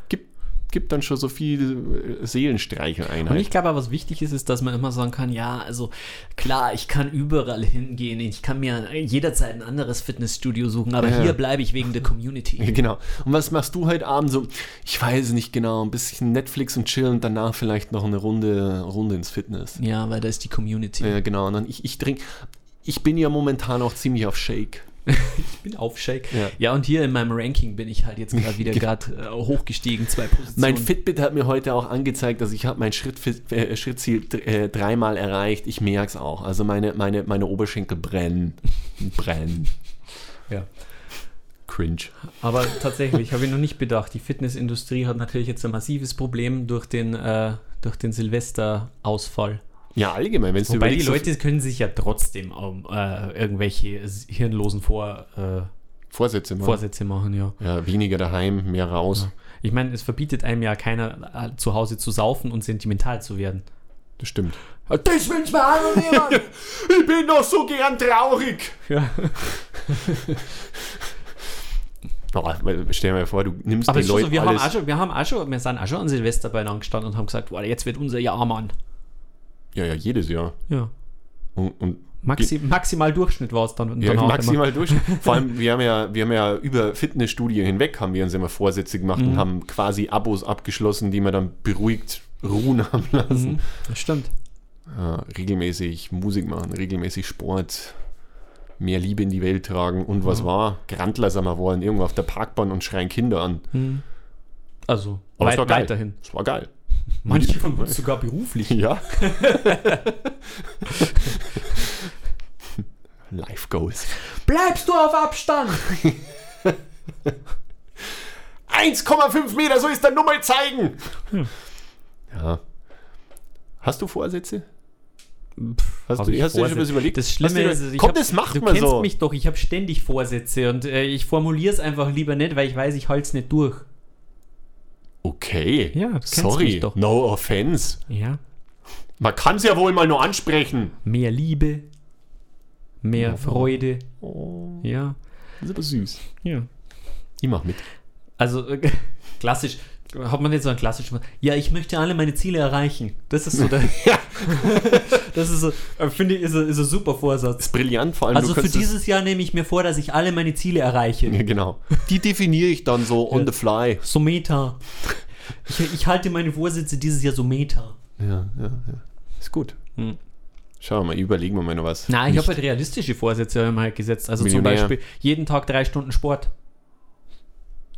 B: gibt, gibt dann schon so viel halt.
A: Und
B: Seelenstreicheleinheit.
A: ich glaube, was wichtig ist, ist, dass man immer sagen kann, ja, also klar, ich kann überall hingehen, ich kann mir jederzeit ein anderes Fitnessstudio suchen, aber
B: Ja.
A: hier bleibe ich wegen der Community.
B: [laughs] Genau. Und was machst du heute Abend so? Ich weiß nicht genau, ein bisschen Netflix und chillen, danach vielleicht noch eine Runde, Runde ins Fitness.
A: [laughs] Ja, weil da ist die Community.
B: Ja, genau. Und dann ich, ich trinke. Ich bin ja momentan auch ziemlich auf Shake.
A: [laughs] Ich bin auf Shake.
B: Ja.
A: Ja. und hier in meinem Ranking bin ich halt jetzt gerade
B: [laughs]
A: wieder gerade äh, hochgestiegen, zwei Positionen.
B: Mein Fitbit hat mir heute auch angezeigt, dass ich habe mein Schritt, äh, Schrittziel dr- äh, dreimal erreicht. Ich merke es auch. Also meine, meine, meine Oberschenkel brennen. [laughs] Brennen.
A: ja.
B: Cringe.
A: Aber tatsächlich, habe ich noch nicht bedacht, die Fitnessindustrie hat natürlich jetzt ein massives Problem durch den, äh, durch den Silvesterausfall.
B: Ja, allgemein, wenn du
A: Wobei die
B: überlegst, so
A: Leute können sich ja trotzdem ähm, äh, irgendwelche s- hirnlosen Vor, äh,
B: Vorsätze machen.
A: Vorsätze machen, ja.
B: Ja, weniger daheim, mehr raus.
A: Ich meine, es verbietet einem ja keiner, äh, zu Hause zu saufen und sentimental zu werden.
B: Das stimmt.
A: Das wünscht mir auch noch niemand!
B: [laughs] Ich bin doch so gern traurig.
A: ja.
B: Oh, stell dir mal vor, du nimmst
A: Aber
B: den
A: es ist schon
B: Leuten
A: so, wir, haben
B: alles.
A: auch schon, wir haben auch schon, wir sind auch schon an Silvester beieinander gestanden und haben gesagt, wow, jetzt wird unser Jahr, Mann.
B: ja, ja, jedes Jahr.
A: Ja.
B: Und, und
A: Maxi maximal Durchschnitt war es dann.
B: Ja,
A: dann auch
B: maximal
A: [laughs]
B: durch. Vor allem, wir haben ja, wir haben ja über Fitnessstudie hinweg haben wir uns immer Vorsätze gemacht
A: Mhm.
B: und haben quasi Abos abgeschlossen, die wir dann beruhigt ruhen haben [laughs] lassen.
A: Mhm, Das stimmt.
B: Ja, regelmäßig Musik machen, regelmäßig Sport, mehr Liebe in die Welt tragen und
A: Mhm.
B: was war? Grandler sind wir geworden, irgendwo auf der Parkbahn und schreien Kinder an.
A: Mhm. Also
B: Aber es
A: weit,
B: war geil.
A: weiterhin.
B: Das war geil.
A: Manche von uns sogar beruflich. [laughs]
B: Ja. [laughs] Life Goals.
A: Bleibst du auf Abstand?
B: 1,5 Meter, so ist der Nummer zeigen.
A: Hm.
B: Ja. Hast du Vorsätze? Hast
A: hab
B: du,
A: ich
B: hast du dir schon
A: Vorsätze?
B: was überlegt?
A: Das Schlimme
B: hast
A: ist,
B: du,
A: also ich
B: komm,
A: hab-
B: das macht
A: Du
B: man
A: kennst
B: so.
A: mich doch, ich habe ständig Vorsätze und äh, ich formuliere es einfach lieber nicht, weil ich weiß, ich halte es nicht durch.
B: Okay.
A: Ja, du kennst
B: Sorry.
A: mich doch.
B: No offense.
A: Ja.
B: Man kann es ja wohl mal nur ansprechen.
A: Mehr Liebe, mehr Freude.
B: Oh,
A: Ja.
B: das ist aber süß.
A: Ja.
B: Ich mach mit.
A: Also [laughs] äh, klassisch. Hat man jetzt so einen klassischen. Ja, ich möchte alle meine Ziele erreichen. Das ist so [laughs] der.
B: Ja.
A: das ist so. äh, Finde ich, ist ein, ist ein super Vorsatz.
B: Ist brillant, vor allem
A: Also für
B: kannst das-
A: dieses Jahr nehme ich mir vor, dass ich alle meine Ziele erreiche.
B: Ja, [laughs] genau. Die definiere ich dann so on the fly.
A: So Meta. Ich, ich halte meine Vorsätze dieses Jahr so Meta.
B: Ja, ja, ja. Ist gut.
A: Hm.
B: Schauen wir mal, überlegen wir mal noch was.
A: Nein, ich
B: Nicht-
A: habe halt realistische Vorsätze hab ich mir halt gesetzt. Also zum
B: Millionär.
A: Beispiel jeden Tag drei Stunden Sport.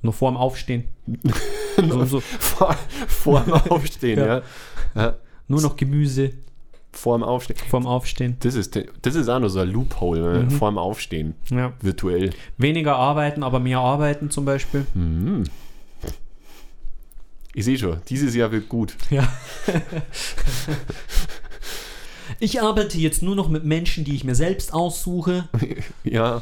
A: Nur vorm Aufstehen. so, so.
B: [laughs] vor, vorm Aufstehen,
A: [laughs] Ja.
B: ja. ja.
A: Nur noch Gemüse
B: Vorm Aufstehen.
A: vorm Aufstehen.
B: Das ist, das ist auch noch so ein Loophole, ne? vorm Aufstehen,
A: Ja.
B: virtuell.
A: Weniger arbeiten, aber mehr arbeiten zum Beispiel.
B: Hm. Ich sehe schon, dieses Jahr wird gut.
A: Ja. ich arbeite jetzt nur noch mit Menschen, die ich mir selbst
B: [laughs]
A: aussuche.
B: Ja.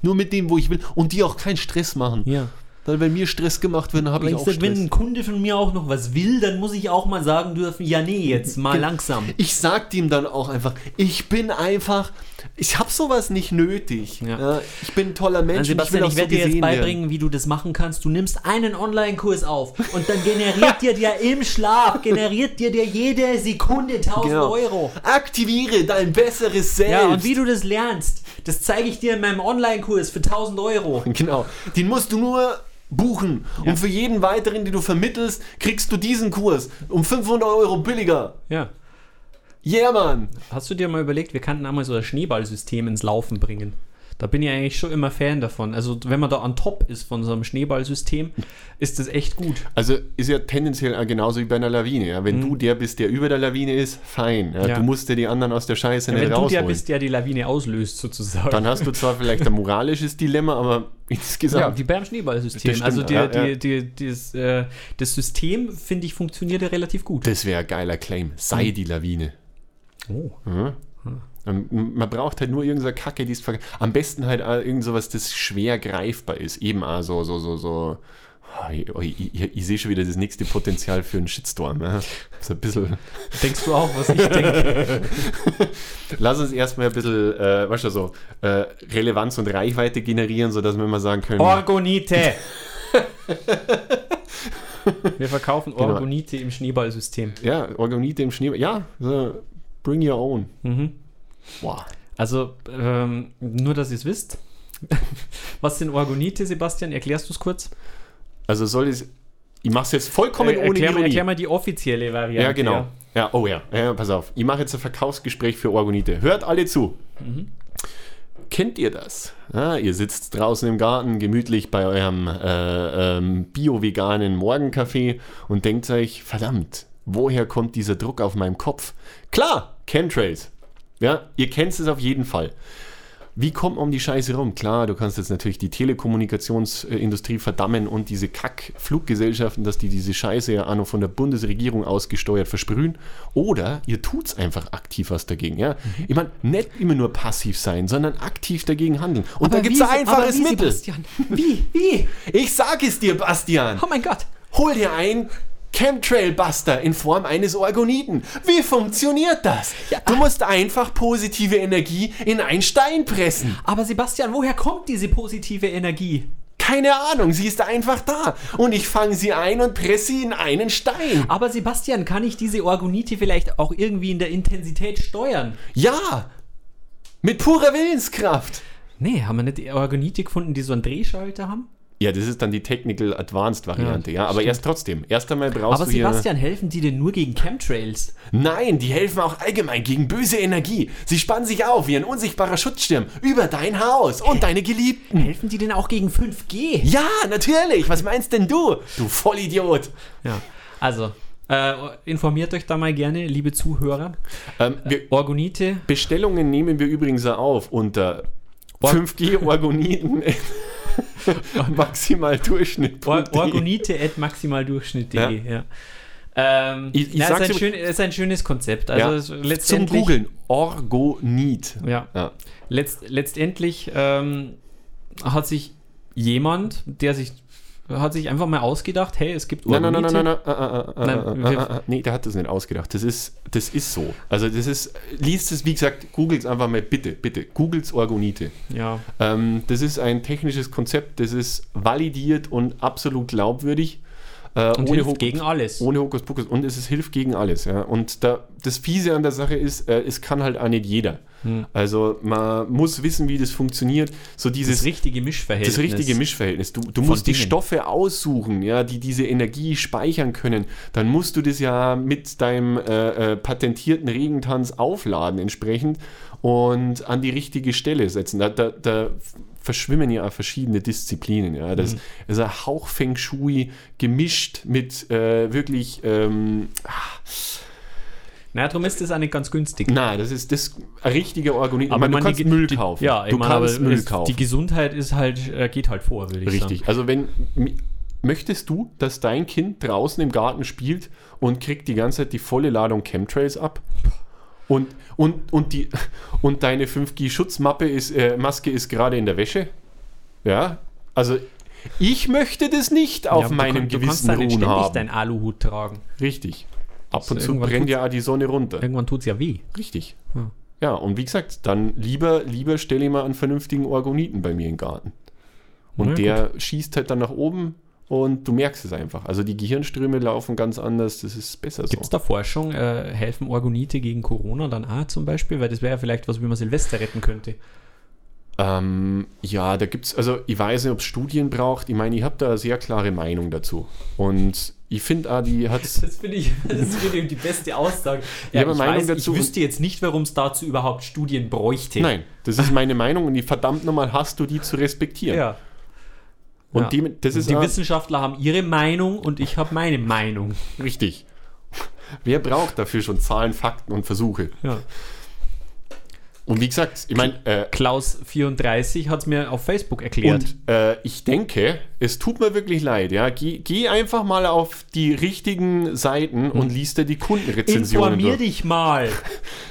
B: Nur mit dem, wo ich will. Und die auch keinen Stress machen.
A: Ja.
B: Weil wenn mir Stress gemacht wird, dann habe ich
A: Wenn,
B: auch
A: wenn ein
B: Stress.
A: Kunde von mir auch noch was will, dann muss ich auch mal sagen dürfen, ja nee, jetzt mal langsam.
B: Ich sag dem dann auch einfach, ich bin einfach, ich habe sowas nicht nötig.
A: Ja.
B: Ja, ich bin ein toller Mensch.
A: Also
B: und
A: Sebastian, ich,
B: auch
A: werde dir jetzt
B: gesehen werden.
A: beibringen, wie du das machen kannst. Du nimmst einen Online-Kurs auf und dann generiert dir der im Schlaf, generiert dir der jede Sekunde 1000
B: Genau.
A: Euro.
B: Aktiviere dein besseres Selbst.
A: Ja, und wie du das lernst, das zeige ich dir in meinem Online-Kurs für 1000 Euro.
B: [laughs] Genau. Den musst du nur buchen. Und für jeden weiteren, den du vermittelst, kriegst du diesen Kurs um 500 Euro billiger.
A: Ja.
B: Yeah, Mann.
A: Hast du dir mal überlegt, wir könnten einmal so ein Schneeballsystem ins Laufen bringen? Da bin ich eigentlich schon immer Fan davon. Also, wenn man da on top ist von so einem Schneeballsystem, ist das echt gut.
B: Also ist ja tendenziell auch genauso wie bei einer Lawine. Ja? Wenn du der bist, der über der Lawine ist, fein. Mhm. Ja?
A: Ja.
B: Du musst dir die anderen aus der Scheiße nicht
A: Wenn du der
B: rausholen.
A: bist, der die Lawine auslöst, sozusagen.
B: Dann hast du zwar vielleicht ein moralisches Dilemma, [laughs] aber
A: Ja,
B: insgesamt.
A: wie beim Schneeballsystem.
B: Das stimmt,
A: also die,
B: ja,
A: die,
B: ja.
A: Die, das, äh, das System, finde ich, funktioniert ja relativ gut.
B: das wäre ein geiler Claim. Sei die Lawine.
A: Oh.
B: Ähm, Man braucht halt nur irgendeine Kacke, die ist verge- Am besten halt auch irgend sowas, das schwer greifbar ist. Eben auch so, so, so, so. Oh, Ich, oh, ich, ich, ich sehe schon wieder das nächste Potenzial für einen Shitstorm. Ja. So ein bisschen.
A: Denkst du auch, was ich denke?
B: Lass uns erstmal ein bisschen, äh, weißt du, so, äh, Relevanz und Reichweite generieren, sodass wir mal sagen können. [laughs]
A: Orgonite! Wir verkaufen
B: Genau.
A: Orgonite im Schneeballsystem.
B: Ja, Organite im Schnee. Ja, so, bring your own.
A: Mhm.
B: Boah.
A: Also, ähm, nur, dass ihr es wisst. [laughs] Was sind Orgonite, Sebastian? Erklärst du es kurz? Äh,
B: Also soll es. Ich mach's jetzt vollkommen ohne
A: erklär, mal,
B: Ironie.
A: erklär mal die offizielle Variante.
B: Ja, genau. Ja, oh ja. ja, pass auf. Ich mache jetzt ein Verkaufsgespräch für Orgonite. Hört alle zu.
A: Mhm.
B: Kennt ihr das? Ja, ihr sitzt draußen im Garten gemütlich bei eurem äh, ähm, bio-veganen Morgenkaffee und denkt euch, verdammt, woher kommt dieser Druck auf meinem Kopf? Klar, Chemtrails. Ja, ihr kennt es auf jeden Fall. Wie kommt man um die Scheiße rum? Klar, du kannst jetzt natürlich die Telekommunikationsindustrie verdammen und diese Kack-Fluggesellschaften, dass die diese Scheiße ja auch noch von der Bundesregierung ausgesteuert versprühen. Oder ihr tut's einfach aktiv was dagegen. Ja? Ich meine, nicht immer nur passiv sein, sondern aktiv dagegen handeln. Und da gibt's
A: wie,
B: ein einfaches
A: aber wie,
B: Mittel.
A: Sebastian? Wie? Wie?
B: Ich sag es dir, Bastian.
A: Oh mein Gott.
B: Hol dir ein Chemtrail-Buster in Form eines Orgoniten. Wie funktioniert das? Du musst einfach positive Energie in einen Stein pressen.
A: Aber Sebastian, woher kommt diese positive Energie?
B: Keine Ahnung, sie ist einfach da. Und ich fange sie ein und presse sie in einen Stein.
A: Aber Sebastian, kann ich diese Orgonite vielleicht auch irgendwie in der Intensität steuern?
B: Ja, Mit purer Willenskraft.
A: Nee, haben wir nicht die Organite gefunden, die so einen Drehschalter haben?
B: Ja, das ist dann die Technical Advanced Variante, ja.
A: Ja,
B: aber
A: stimmt.
B: erst trotzdem. Erst einmal brauchst
A: Aber
B: du hier.
A: Sebastian, helfen die denn nur gegen Chemtrails?
B: Nein, die helfen auch allgemein gegen böse Energie. Sie spannen sich auf wie ein unsichtbarer Schutzschirm über dein Haus und deine Geliebten.
A: Helfen die denn auch gegen 5G?
B: Ja, natürlich. Was meinst denn du? Du Vollidiot.
A: Ja, also äh, informiert euch da mal gerne, liebe Zuhörer.
B: Ähm, wir,
A: Orgonite,
B: Bestellungen nehmen wir übrigens auch auf unter
A: Or-
B: [laughs] 5G-Orgoniten. Maximal Durchschnitt. [laughs]
A: Or Orgonite at maximaldurchschnitt.de. Ja. Ähm,
B: Ich- ich
A: na,
B: sag's
A: ist, ein
B: dir-
A: schön, ist ein schönes Konzept.
B: Ja.
A: Also es-
B: Zum
A: letztendlich,
B: Googeln. Orgonit.
A: Ja,
B: Ja.
A: letzt, letztendlich ähm, hat sich jemand, der sich hat sich einfach mal ausgedacht, hey, es gibt
B: Nein, nein, nein,
A: Orgonite.
B: nein, nein, nein, ah, ah, ah,
A: Nein,
B: ah, ah,
A: wir-
B: ah, ah, nee, der hat das nicht ausgedacht. Das ist, das ist so. Also das ist, liest es, wie gesagt, googelt einfach mal, bitte, bitte, googelt Orgonite.
A: Ja,
B: Ähm, das ist ein technisches Konzept, das ist validiert und absolut glaubwürdig. Äh,
A: und
B: ohne,
A: hilft
B: Hokus,
A: gegen alles.
B: ohne Hokuspokus. Und es ist, hilft gegen alles. Ja. Und da, das Fiese an der Sache ist, äh, es kann halt auch nicht jeder.
A: Hm.
B: Also man muss wissen, wie das funktioniert. So dieses
A: das richtige Mischverhältnis.
B: das richtige Mischverhältnis. Du, du
A: Von
B: musst die
A: Dingen.
B: Stoffe aussuchen, ja, die diese Energie speichern können. Dann musst du das ja mit deinem äh, äh, patentierten Regentanz aufladen entsprechend und an die richtige Stelle setzen. Da, da, da verschwimmen ja auch verschiedene Disziplinen. Ja.
A: Mhm.
B: Das ist ein Hauch Feng Shui gemischt mit äh, wirklich ähm,
A: Na, darum ist das auch nicht ganz günstig.
B: na, das ist das ein richtiger Organit.
A: ich
B: du
A: meine,
B: kannst
A: die-
B: Müll
A: die,
B: kaufen.
A: Ja, ich
B: du
A: meine,
B: kannst
A: aber
B: Müll
A: es,
B: kaufen.
A: die Gesundheit ist halt, äh, geht halt vor, würde ich sagen.
B: Richtig. Also wenn mi- möchtest du, dass dein Kind draußen im Garten spielt und kriegt die ganze Zeit die volle Ladung Chemtrails ab? Und, und, und, die, und deine 5G-Schutzmappe ist, äh, Maske ist gerade in der Wäsche? Ja? Also ich möchte das nicht auf
A: Ja, du
B: meinem
A: kann- du kannst
B: Gewissen
A: da nicht
B: ruhen
A: ständig
B: haben.
A: deinen Aluhut tragen.
B: Richtig. Ab und zu
A: irgendwann
B: brennt
A: tut's-
B: ja auch die Sonne runter.
A: Irgendwann tut es ja weh.
B: Richtig.
A: Ja.
B: Ja, und wie gesagt, dann lieber, lieber stelle ich mal einen vernünftigen Orgoniten bei mir im Garten. Und
A: Na
B: der schießt halt dann nach oben und du merkst es einfach. Also die Gehirnströme laufen ganz anders, das ist besser so.
A: Gibt es da Forschung? Äh, helfen Orgonite gegen Corona dann auch zum Beispiel? Weil das wäre ja vielleicht was, wie man Silvester retten könnte.
B: Ähm, ja, da gibt's, also ich weiß nicht, ob es Studien braucht. Ich meine, ich habe da eine sehr klare Meinung dazu. Und ich finde auch, die
A: [laughs]
B: hat
A: Das finde ich, das find ich die beste Aussage.
B: Ja,
A: Ja,
B: aber
A: ich, weiß,
B: Meinung dazu-
A: ich wüsste jetzt nicht, warum es dazu überhaupt Studien bräuchte.
B: Nein, das ist meine Meinung und die verdammt nochmal hast du die zu respektieren.
A: Ja.
B: Und
A: Ja.
B: Die, das ist
A: die
B: auch-
A: Wissenschaftler haben ihre Meinung und ich habe meine Meinung.
B: richtig. [laughs] Wer braucht dafür schon Zahlen, Fakten und Versuche?
A: Ja.
B: Und wie gesagt, ich meine, äh,
A: Klaus34 hat es mir auf Facebook erklärt.
B: Und äh, ich denke, es tut mir wirklich leid, ja. Geh, geh einfach mal auf die richtigen Seiten und liest dir die Kundenrezensionen
A: Hm. Informier
B: durch.
A: dich mal.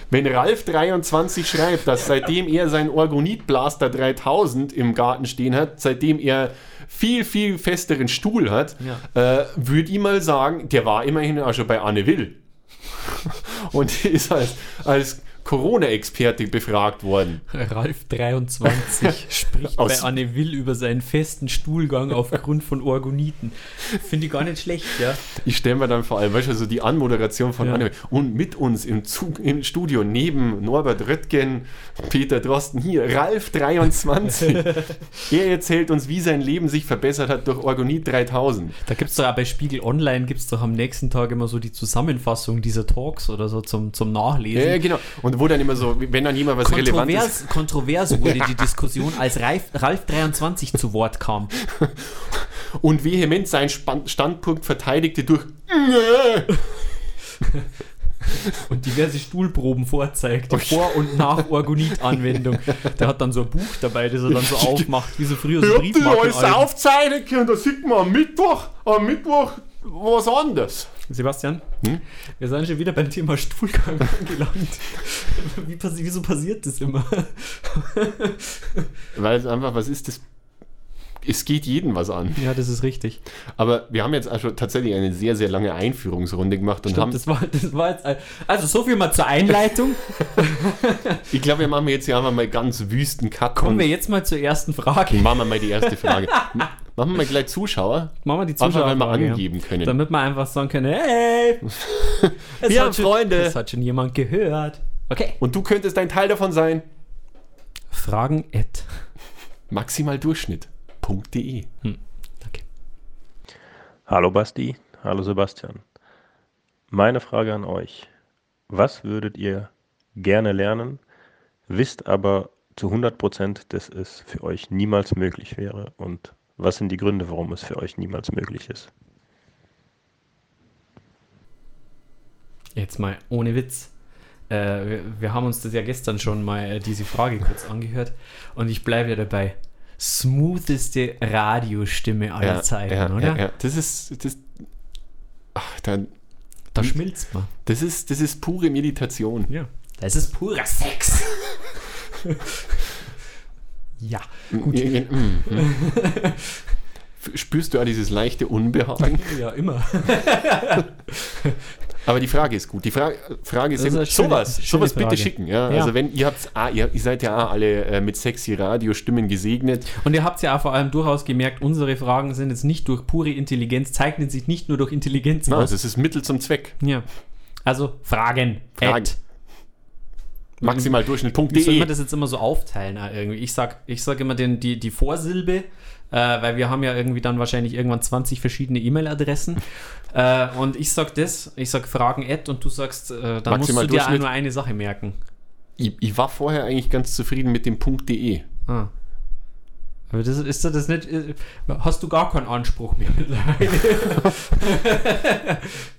B: Wenn Ralf23 schreibt, dass seitdem er seinen Orgonit Blaster 3000 im Garten stehen hat, seitdem er viel, viel festeren Stuhl hat, äh, würde ich mal sagen, der war immerhin auch schon bei
A: [laughs]
B: Anne Will. und ist als, als Corona-Experte befragt worden.
A: [laughs] Ralf [laughs] 23 spricht
B: Aus-
A: bei Anne Will über seinen festen Stuhlgang aufgrund von Orgoniten. Finde ich gar nicht schlecht, ja.
B: Ich stelle mir dann vor allem, weißt du, so die Anmoderation von
A: Ja.
B: Anne und mit uns im Zug, im Studio neben Norbert Röttgen, Peter Drosten hier, Ralf [laughs] 23. er erzählt uns, wie sein Leben sich verbessert hat durch Orgonit 3000.
A: Da gibt es doch auch bei Spiegel Online, gibt es doch am nächsten Tag immer so die Zusammenfassung dieser Talks oder so zum, zum Nachlesen.
B: Ja, genau. Und wo dann immer so, wenn dann jemand was
A: Kontrovers,
B: Relevantes.
A: kontrovers wurde die Diskussion, als Ralf, Ralf 23 zu Wort kam.
B: und vehement seinen Span- Standpunkt verteidigte durch äh,
A: und diverse Stuhlproben vorzeigt, vor und nach Orgonit-Anwendung. Der hat dann so ein Buch dabei, das er dann
B: [laughs]
A: so aufmacht, wie so früher so
B: Ich hab das alles
A: Briefmarkenalben.
B: aufzeichnen können, da sieht man am Mittwoch, am Mittwoch was anderes.
A: Sebastian,
B: Hm?
A: wir sind schon wieder beim Thema Stuhlgang [laughs] angelangt. Wie passi wieso passiert das
B: [laughs]
A: immer?
B: Weil es einfach, was ist das? Es geht jeden was an.
A: Ja, das ist richtig.
B: Aber wir haben jetzt also tatsächlich eine sehr, sehr lange Einführungsrunde gemacht und
A: Stimmt,
B: haben.
A: das war, das war jetzt. ein- Also, so viel mal zur
B: [laughs]
A: Einleitung.
B: Ich glaube, wir machen jetzt hier einfach mal ganz wüsten Cut.
A: Kommen
B: und
A: wir jetzt mal zur ersten Frage.
B: Machen wir mal die
A: [laughs]
B: erste Frage. M- machen wir mal gleich Zuschauer,
A: Machen wir die
B: einfach
A: Zuschauer
B: weil wir
A: Frage,
B: angeben
A: ja.
B: können.
A: Damit man einfach sagen kann:
B: [laughs]
A: Hey, es
B: Wir
A: hat
B: haben
A: schon-
B: Freunde.
A: Es hat schon jemand gehört. Okay.
B: Und du könntest ein Teil davon sein.
A: fragen at.
B: Maximaldurchschnitt.de.
A: Danke.
C: Hallo Basti, hallo Sebastian. Meine Frage an euch. Was würdet ihr gerne lernen, wisst aber zu 100%, dass es für euch niemals möglich wäre? Und was sind die Gründe, warum es für euch niemals möglich ist?
A: Jetzt mal ohne Witz. Äh, wir- wir haben uns das ja gestern schon mal äh, diese Frage kurz angehört und ich bleibe ja dabei. Smootheste Radiostimme aller Zeiten,
B: ja,
A: oder?
B: Ja, ja. Das ist. Das, ach, dann, Mhm.
A: Da schmilzt man.
B: das ist, das ist pure Meditation.
A: Ja. Das ist purer Sex. [laughs] ja. Gut.
B: Mm, mm, mm.
A: [laughs]
B: Spürst du auch dieses leichte Unbehagen?
A: Ja, immer.
B: Aber die Frage ist gut. Die Fra Frage ist,
A: Das ist
B: eben,
A: eine schöne-
B: sowas,
A: schöne
B: sowas bitte
A: Frage.
B: schicken. Ja,
A: Ja.
B: Also wenn ihr habt, ah, ihr, ihr seid ja auch alle äh, mit sexy Radiostimmen gesegnet.
A: Und ihr habt ja auch vor allem durchaus gemerkt, unsere Fragen sind jetzt nicht durch pure Intelligenz, zeichnen sich nicht nur durch Intelligenz
B: Na,
A: aus.
B: also es ist Mittel zum Zweck.
A: Ja. Also Fragen.
B: Fragen.
A: At. Mhm. Soll
B: Maximaldurchschnitt.de.
A: man das jetzt immer so aufteilen äh, irgendwie? Ich sag, ich sag immer den, die, die Vorsilbe, äh, weil wir haben ja irgendwie dann wahrscheinlich irgendwann 20 verschiedene
B: [laughs]
A: E-Mail-Adressen. äh, und ich sag das, ich sag Fragen at und du sagst, äh, da musst
B: Maximal
A: du dir auch
B: Durchschnitt.
A: nur eine Sache merken.
B: Ich, ich war vorher eigentlich ganz zufrieden mit dem .de.
A: Ah. Aber das ist doch das nicht. äh, Hast du gar keinen Anspruch mehr [laughs] mittlerweile?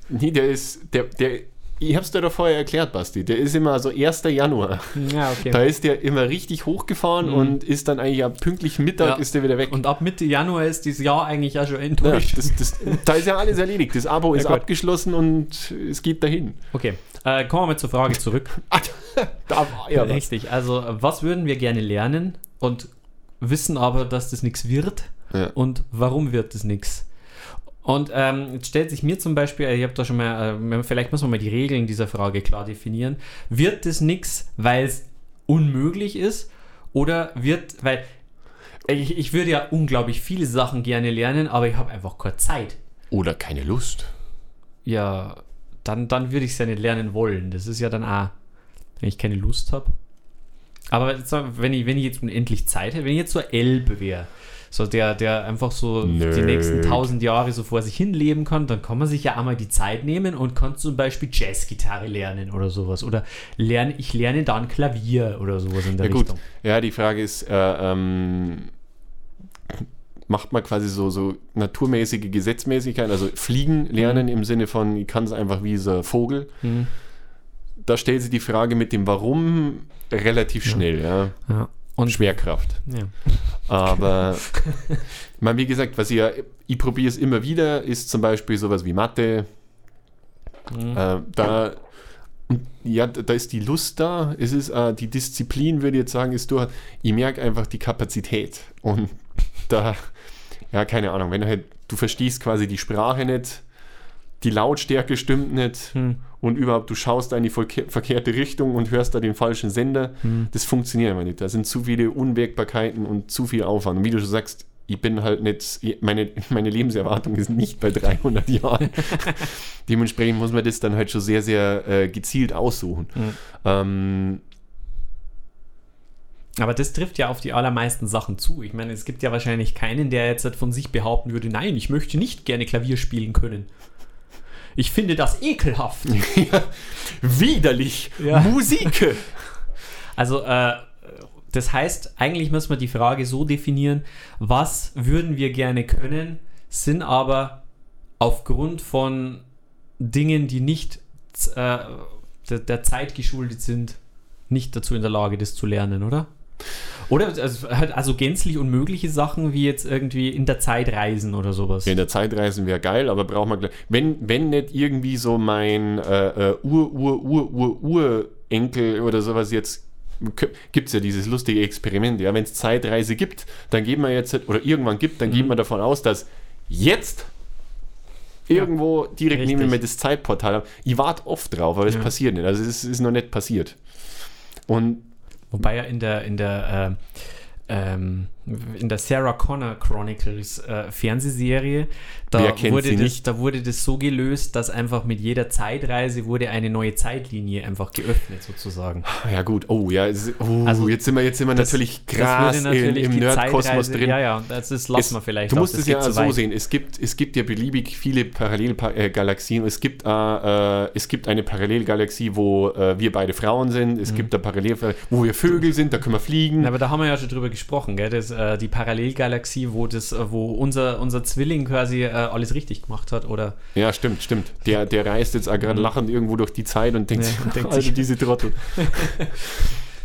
B: Nee, der ist, der, der, ich hab's dir doch vorher erklärt, Basti. Der ist immer so 1. Januar.
A: ja,
B: Da
A: okay.
B: ist der immer richtig hochgefahren und ist dann eigentlich ab pünktlich Mittag
A: Ja.
B: ist der wieder weg.
A: Und ab Mitte Januar ist dieses Jahr eigentlich ja schon
B: ja,
A: enttäuscht.
B: das, das, da ist ja alles erledigt.
A: [laughs]
B: Das Abo ist
A: gut.
B: abgeschlossen und es geht dahin. [laughs]
A: Okay, äh, kommen wir mal zur Frage zurück.
B: Ah, da war ja was.
A: Richtig, also äh, was würden wir gerne lernen und wissen aber, dass das nichts wird
B: Ja.
A: und warum wird das nichts? Und ähm, jetzt stellt sich mir zum Beispiel, ich habe da schon mal, äh, vielleicht müssen wir mal die Regeln dieser Frage klar definieren. Wird das nichts, weil es unmöglich ist oder wird, weil ich, ich würde ja unglaublich viele Sachen gerne lernen, aber ich habe einfach keine Zeit.
B: Oder keine Lust.
A: Ja, dann, dann würde ich es ja nicht lernen wollen. Das ist ja dann auch, wenn ich keine Lust habe. Aber jetzt mal, wenn ich, wenn ich jetzt unendlich Zeit hätte, wenn ich jetzt so ein Elbe wäre, so der, der einfach so die
B: Nerd.
A: nächsten tausend Jahre so vor sich hinleben kann, dann kann man sich ja einmal die Zeit nehmen und kann zum Beispiel Jazzgitarre lernen oder sowas. Oder lerne, ich lerne dann Klavier oder sowas in der
B: Ja, gut.
A: Richtung.
B: Ja, die Frage ist, äh, ähm, macht man quasi so, so naturmäßige Gesetzmäßigkeiten, also fliegen lernen im Sinne von, ich kann es einfach wie dieser Vogel.
A: Mhm.
B: Da stellt sich die Frage mit dem Warum relativ schnell, ja.
A: Ja. Und
B: Schwerkraft.
A: Ja.
B: Aber, ich meine, wie gesagt, was ich ja, ich probiere es immer wieder, ist zum Beispiel sowas wie Mathe. Äh, da, ja, da da ist die Lust da, es ist äh, die Disziplin, würde ich jetzt sagen, ist durch. Ich merke einfach die Kapazität und da, ja, keine Ahnung, wenn du halt, du verstehst quasi die Sprache nicht, die Lautstärke stimmt nicht
A: Hm.
B: und überhaupt, du schaust da in die verkehr- verkehrte Richtung und hörst da den falschen Sender. Das funktioniert einfach nicht. Da sind zu viele Unwägbarkeiten und zu viel Aufwand. Und wie du schon sagst, ich bin halt nicht, ich- meine, [laughs] meine Lebenserwartung ist nicht bei 300 Jahren. Dementsprechend muss man das dann halt schon sehr, sehr äh, gezielt aussuchen. Ähm,
A: Aber das trifft ja auf die allermeisten Sachen zu. Ich meine, es gibt ja wahrscheinlich keinen, der jetzt halt von sich behaupten würde, nein, ich möchte nicht gerne Klavier spielen können. Ich finde das
B: [laughs]
A: ekelhaft.
B: widerlich!
A: Ja.
B: Musik!
A: [laughs] Also, äh, das heißt, eigentlich müssen wir die Frage so definieren, was würden wir gerne können, sind aber aufgrund von Dingen, die nicht z- äh, der, der Zeit geschuldet sind, nicht dazu in der Lage, das zu lernen, oder? Oder also, halt also gänzlich unmögliche Sachen wie jetzt irgendwie in der Zeit reisen oder sowas.
B: Ja, in der Zeitreisen wäre geil, aber braucht man gleich. Wenn, wenn nicht irgendwie so mein äh, äh, Ur, Ur, Ur, Ur, Urenkel oder sowas jetzt. Gibt es ja dieses lustige Experiment, ja, wenn es Zeitreise gibt, dann gehen wir jetzt, oder irgendwann gibt, dann
A: Mhm.
B: gehen wir davon aus, dass jetzt irgendwo direkt
A: richtig.
B: neben mir das Zeitportal haben. Ich warte oft drauf, aber es
A: Ja.
B: passiert nicht. Also es ist, ist noch nicht passiert. Und
A: Wobei ja in der, in der äh, ähm, ähm, in der Sarah Connor Chronicles äh, Fernsehserie.
B: Wer
A: Da
B: kennt
A: wurde,
B: sie
A: das,
B: nicht?
A: da wurde das so gelöst, dass einfach mit jeder Zeitreise wurde eine neue Zeitlinie einfach geöffnet sozusagen.
B: Ja gut, oh ja, es ist- oh,
A: Also,
B: jetzt sind wir, jetzt sind wir natürlich krass
A: das
B: in, im
A: die
B: Nerdkosmos
A: Zeitreise-
B: drin.
A: Ja, ja, das ist, lassen wir
B: Es-
A: vielleicht.
B: du
A: auch,
B: musst
A: das
B: es ja
A: geht zu
B: so
A: weit.
B: sehen. Es gibt, es gibt ja beliebig viele Parallelgalaxien. Es gibt, äh, äh, es gibt eine Parallelgalaxie, wo äh, wir beide Frauen sind. Es gibt eine Parallel, wo wir Vögel sind, da können wir fliegen.
A: Mhm. Na, Aber da haben wir ja schon drüber gesprochen, gell? Das, äh, die Parallelgalaxie, wo, das, äh, wo unser, unser Zwilling quasi äh, alles richtig gemacht hat oder
B: Ja, stimmt, stimmt. Der, der reist jetzt auch gerade lachend irgendwo durch die Zeit und denkt,
A: Mhm. Ja,
B: sich,
A: und
B: [laughs]
A: denkt
B: also
A: sich-
B: diese
A: [laughs]
B: Trottel.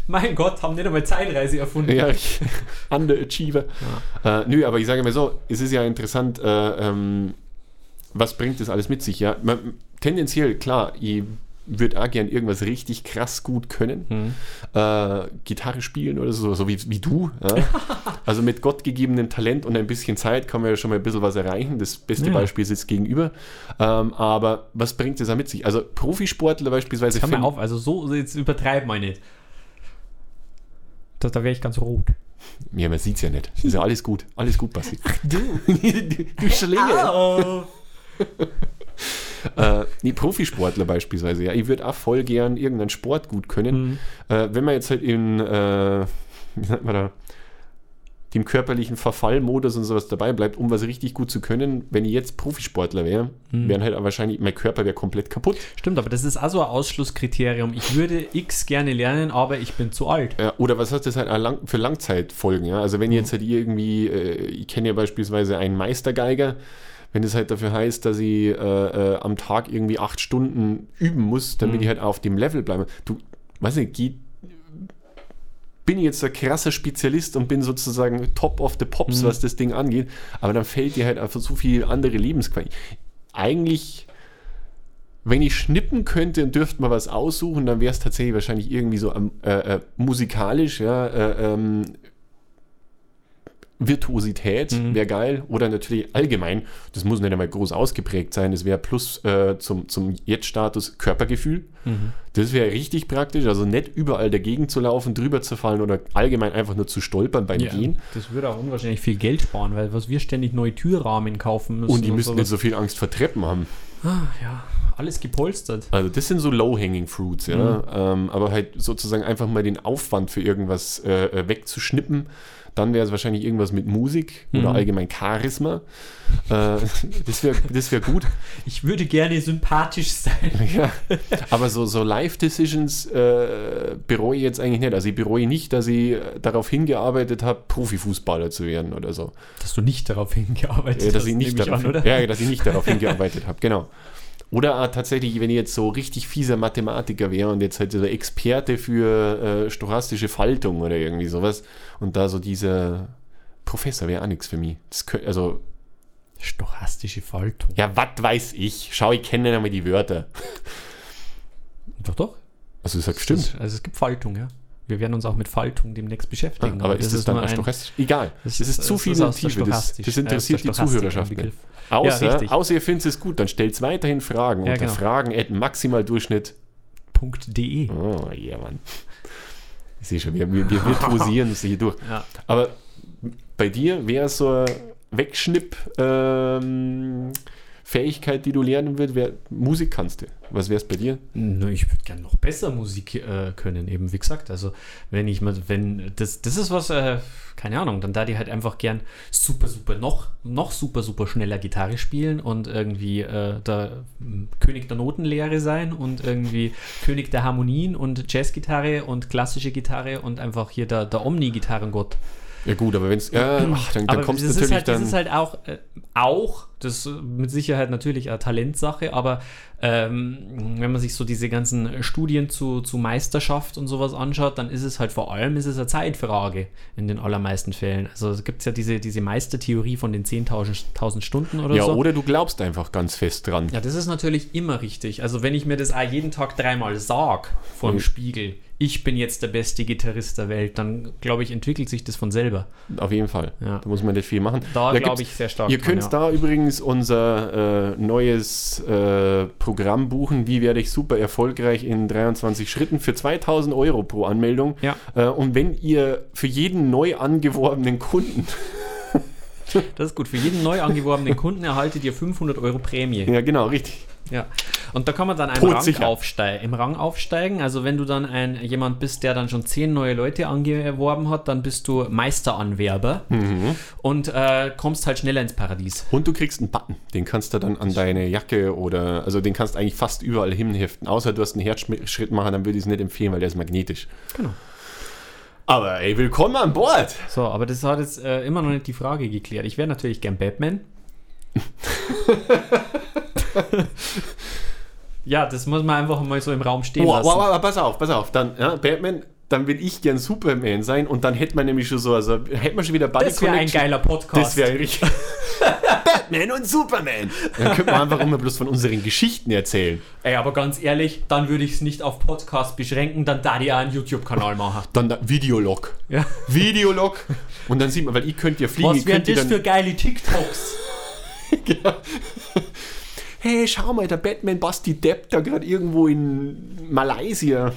A: Mein Gott, haben nicht einmal Zeitreise erfunden.
B: Ja, ich- [laughs] Underachiever. Äh, nö, aber ich sage mal so, es ist ja interessant, äh, ähm, was bringt das alles mit sich? Ja, man, tendenziell, klar, ich würde auch gern irgendwas richtig krass gut können.
A: Hm.
B: Äh, Gitarre spielen oder so, so wie, wie du. Ja?
A: [laughs]
B: Also mit gottgegebenem Talent und ein bisschen Zeit kann man ja schon mal ein bisschen was erreichen. Das beste
A: Ja.
B: Beispiel ist jetzt gegenüber. Ähm, aber was bringt das da mit sich? Also Profisportler beispielsweise
A: Hör mal
B: finden-
A: auf, also so, jetzt übertreib mal nicht. Da, da wäre ich ganz rot.
B: Ja, man sieht es ja nicht. Ist ja alles gut. Alles gut, Basti.
A: [laughs] Du,
B: du Schlinge. Äh, nee, Profisportler beispielsweise. Ja, ich würde auch voll gern irgendeinen Sport gut können. Äh, wenn man jetzt halt in, äh, wie sagt man da, dem körperlichen Verfallmodus und sowas dabei bleibt, um was richtig gut zu können, wenn ich jetzt Profisportler wäre, wären halt auch wahrscheinlich, mein Körper wäre komplett kaputt.
A: Stimmt, aber das ist auch so ein Ausschlusskriterium. Ich würde X gerne lernen, aber ich bin zu alt.
B: Ja, oder was heißt das halt auch lang, für Langzeitfolgen? Ja? Also wenn jetzt halt irgendwie, äh, ich kenne ja beispielsweise einen Meistergeiger, wenn es halt dafür heißt, dass ich äh, äh, am Tag irgendwie acht Stunden üben muss, damit ich halt auf dem Level bleibe. Du, weiß nicht, geh, bin ich jetzt ein krasser Spezialist und bin sozusagen top of the pops, was das Ding angeht, aber dann fällt dir halt einfach so viel andere Lebensqualität. Eigentlich wenn ich schnippen könnte und dürfte mal was aussuchen, dann wäre es tatsächlich wahrscheinlich irgendwie so am- äh, äh, musikalisch, ja, äh, ähm, Virtuosität wäre geil oder natürlich allgemein, das muss nicht einmal groß ausgeprägt sein, das wäre plus äh, zum, zum Jetzt-Status Körpergefühl. Das wäre richtig praktisch, also nicht überall dagegen zu laufen, drüber zu fallen oder allgemein einfach nur zu stolpern beim Gehen.
A: Das würde auch unwahrscheinlich viel Geld sparen, weil was wir ständig neue Türrahmen kaufen müssen.
B: Und die müssen
A: sowas.
B: nicht
A: Ah,
B: so viel Angst vor Treppen haben.
A: Ja, alles gepolstert.
B: Also das sind so low-hanging fruits, ja. Ähm, aber halt sozusagen einfach mal den Aufwand für irgendwas äh, äh, wegzuschnippen. Dann wäre es wahrscheinlich irgendwas mit Musik oder allgemein Charisma. äh, [laughs] das wäre das wär gut.
A: Ich würde gerne sympathisch sein.
B: ja. Aber so, so Life-Decisions äh, bereue ich jetzt eigentlich nicht. Also ich bereue nicht, dass ich äh, darauf hingearbeitet habe, Profifußballer zu werden oder so.
A: Dass du nicht darauf hingearbeitet
B: Äh, dass, ich
A: nehme
B: nicht darauf,
A: an, oder?
B: Ja, dass ich nicht darauf hingearbeitet habe, genau. Oder äh, tatsächlich, wenn ich jetzt so richtig fieser Mathematiker wäre und jetzt halt so der Experte für äh, stochastische Faltung oder irgendwie sowas und da so dieser Professor wäre auch nichts für mich. Das kö- also,
A: Stochastische Faltung.
B: ja, was weiß ich? Schau, ich kenne nicht einmal die Wörter.
A: Doch, doch.
B: Also, das sagt stimmt.
A: Also es gibt Faltung, ja. Wir werden uns auch mit Faltung demnächst
B: Ah,
A: beschäftigen.
B: aber ist das dann
A: ne? nur
B: ein stochastisch? Egal. Das, ist zu
A: es
B: viel
A: ist aus der
B: Tiefe. Das,
A: Stochastik-
B: das interessiert
A: aus
B: die
A: der Stochastik
B: Zuhörerschaft
A: ein
B: nicht.
A: Begriff. Ja,
B: Außer,
A: richtig.
B: außer ihr findet es gut, dann stellt es weiterhin Fragen
A: Ja,
B: unter
A: genau.
B: Fragen at Maximaldurchschnitt
A: Punkt E. .de.
B: Oh, ja, Mann. Ich sehe schon, wir, wir, wir virtuosieren uns hier durch.
A: [laughs] Ja.
B: Aber bei dir wäre so eine Wegschnipp-Fähigkeit, die du lernen würdest, wär, Musik kannst du. Was wäre es bei dir?
A: Na, Ne, ich würde gerne noch besser Musik äh, können, eben wie gesagt. Also wenn ich mal, wenn das, das ist was, äh, keine Ahnung, dann da die halt einfach gern super, super noch, noch super, super schneller Gitarre spielen und irgendwie äh, da m, König der Notenlehre sein und irgendwie König der Harmonien und Jazzgitarre und klassische Gitarre und einfach hier der, der Omni-Gitarrengott.
B: Ja, gut, aber wenn es. Ja, ach, dann, dann
A: Ähm, Aber
B: kommst du
A: das
B: natürlich
A: ist halt,
B: dann.
A: das ist halt auch, äh, auch, das ist mit Sicherheit natürlich eine Talentsache, aber ähm, wenn man sich so diese ganzen Studien zu, zu Meisterschaft und sowas anschaut, dann ist es halt vor allem ist es eine Zeitfrage in den allermeisten Fällen. Also es gibt ja diese, diese Meistertheorie von den 10.000 1000 Stunden oder
B: ja,
A: so.
B: oder du glaubst einfach ganz fest dran.
A: Ja, das ist natürlich immer richtig. Also wenn ich mir das auch jeden Tag dreimal sag vor dem
B: Mhm.
A: Spiegel, ich bin jetzt der beste Gitarrist der Welt, dann glaube ich, entwickelt sich das von selber.
B: Auf jeden Fall.
A: Ja.
B: Da muss man nicht viel machen.
A: Da
B: gibt's-
A: glaube ich sehr stark
B: Ihr
A: dran,
B: könnt
A: ja.
B: da übrigens übrigens unser äh, neues äh, Programm buchen, wie werde ich super erfolgreich in 23 Schritten für 2000 Euro pro Anmeldung.
A: Ja.
B: Äh, und wenn ihr für jeden neu angeworbenen Kunden, [laughs]
A: Das ist gut. Für jeden neu angeworbenen Kunden erhaltet ihr 500 Euro Prämie.
B: ja genau, richtig,
A: Ja. Und da kann man dann einen Rang
B: Todsicher.
A: aufsteigen, im Rang aufsteigen. Also wenn du dann ein, jemand bist, der dann schon zehn neue Leute angeworben hat, dann bist du Meisteranwerber
B: Mhm.
A: und äh, kommst halt schneller ins Paradies.
B: Und du kriegst einen Button. Den kannst du dann an deine Jacke oder, also den kannst du eigentlich fast überall hinheften. Außer du hast einen Herzschritt machen, dann würde ich es nicht empfehlen, weil der ist magnetisch.
A: Genau.
B: Aber ey, willkommen an Bord!
A: So, aber das hat jetzt äh, immer noch nicht die Frage geklärt. Ich wäre natürlich gern
B: [laughs]
A: Batman. ja, das muss man einfach mal so im Raum stehen
B: Oh, Wow,
A: lassen.
B: wow, wow, pass auf, pass auf. Dann, ja, Batman, dann will ich gern Superman sein und dann hätte man nämlich schon so, also hätte man schon wieder Buddy
A: Das wäre ein
B: Connection.
A: geiler Podcast.
B: Das wäre richtig. [laughs] Batman und Superman! Dann könnte man einfach immer bloß von unseren Geschichten erzählen.
A: Ey, aber ganz ehrlich, dann würde ich es nicht auf Podcast beschränken, dann da die auch einen YouTube-Kanal machen.
B: Dann der Videolog.
A: Ja.
B: Videolog! Und dann sieht man, weil ihr könnt ja fliegen.
A: Was
B: ihr
A: wären
B: könnt ja
A: das
B: dann-
A: für geile TikToks?
B: Hey, schau mal, der Batman Basti Depp da gerade irgendwo in Malaysia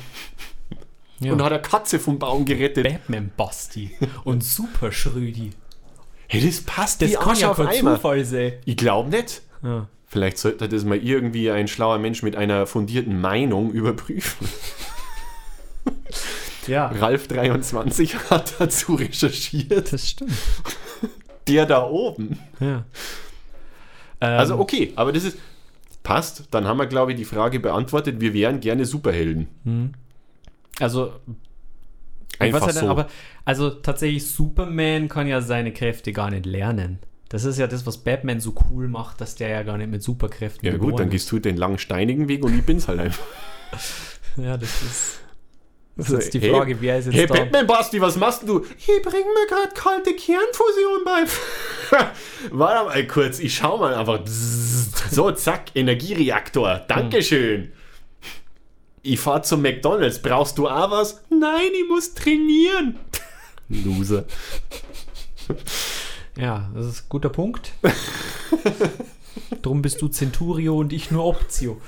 A: Ja.
B: und hat eine Katze vom Baum gerettet.
A: Batman Basti und Super Schrödi.
B: hey, das passt
A: Das
B: wie
A: kann
B: Arsch
A: ja
B: auf
A: kein
B: Eimer.
A: Zufall sein.
B: Ich glaube nicht.
A: Ja.
B: Vielleicht sollte das mal irgendwie ein schlauer Mensch mit einer fundierten Meinung überprüfen. [laughs]
A: ja,
B: Ralf23 hat dazu recherchiert.
A: das stimmt.
B: Der da oben.
A: Ja. Ähm,
B: Also okay, aber das ist... Passt, dann haben wir, glaube ich, die Frage beantwortet. Wir wären gerne Superhelden.
A: also
B: Einfach
A: was er denn,
B: so.
A: aber also tatsächlich Superman kann ja seine Kräfte gar nicht lernen. Das ist ja das, was Batman so cool macht, dass der ja gar nicht mit Superkräften
B: ja gut,
A: geboren
B: dann
A: ist.
B: gehst du den langen, steinigen Weg und ich bin's halt einfach.
A: Ja, das ist, das ist
B: Also,
A: jetzt die
B: hey,
A: Frage, wer ist jetzt
B: Hey
A: da?
B: Batman Basti, was machst denn du? Ich bring mir gerade kalte Kernfusion bei. [laughs] Warte mal kurz, ich schau mal einfach. So, zack, Energiereaktor. Dankeschön. Ich fahr zum McDonalds. Brauchst du auch was? Nein, ich muss trainieren. [laughs] Loser.
A: Ja, das ist ein guter [laughs] Punkt. Drum bist du Centurio und ich nur Optio.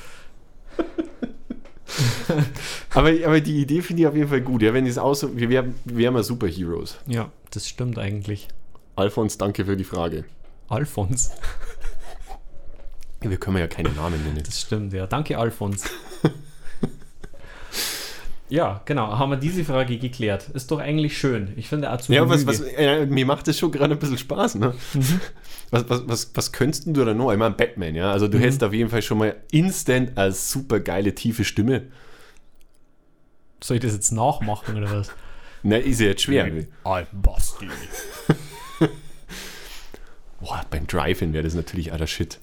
B: Aber, aber die Idee finde ich auf jeden Fall gut. Ja, wenn es aus, wir wären wir mal Superheroes.
A: Ja, das stimmt eigentlich.
B: Alfons, danke für die Frage.
A: Alfons.
B: Wir können ja keine Namen nennen.
A: Das stimmt, ja. Danke, [laughs] Alfons. ja, genau. Haben wir diese Frage geklärt. Ist doch eigentlich schön. Ich finde auch zu
B: Ja, was, was,
A: Genüge.
B: äh, mir macht das schon gerade ein bisschen Spaß, ne? Was, was, was, was könntest denn du da noch? Ich meine, Batman, ja. Also du hättest auf jeden Fall schon mal instant eine super geile, tiefe Stimme.
A: Soll ich das jetzt nachmachen oder was?
B: Na, Ne, ist ja jetzt schwer.
A: Basti.
B: Boah, beim Drive-In wäre das natürlich aller Shit.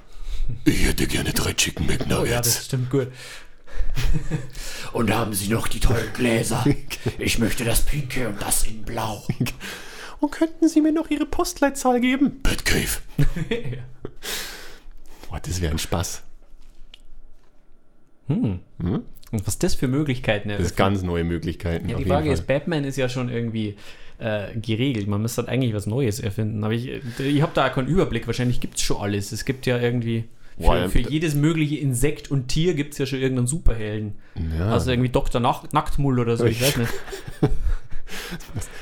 B: Ich hätte gerne drei Chicken
A: Oh Ja,
B: McNuggets.
A: das stimmt gut.
D: Und haben Sie noch die tollen Gläser? Ich möchte das Pinke und das in Blau.
B: [laughs] Und könnten Sie mir noch Ihre Postleitzahl geben?
A: [laughs]
D: Batcave.
B: Boah, das wäre ein Spaß.
A: Und Hm. was das für Möglichkeiten
B: Das
A: eröffnet.
B: ist ganz neue Möglichkeiten.
A: Ja,
B: auf
A: die
B: jeden
A: Frage
B: Fall.
A: ist, Batman ist ja schon irgendwie äh, geregelt. Man müsste halt eigentlich was Neues erfinden. Aber ich, ich habe da keinen Überblick. Wahrscheinlich gibt es schon alles. Es gibt ja irgendwie.
B: Boah,
A: Für,
B: ja,
A: für
B: d-
A: jedes mögliche Insekt und Tier gibt es ja schon irgendeinen Superhelden.
B: Ah, Ja.
A: Also irgendwie Dr. Nacht, Nacktmull oder so, ich weiß
B: [laughs]
A: nicht.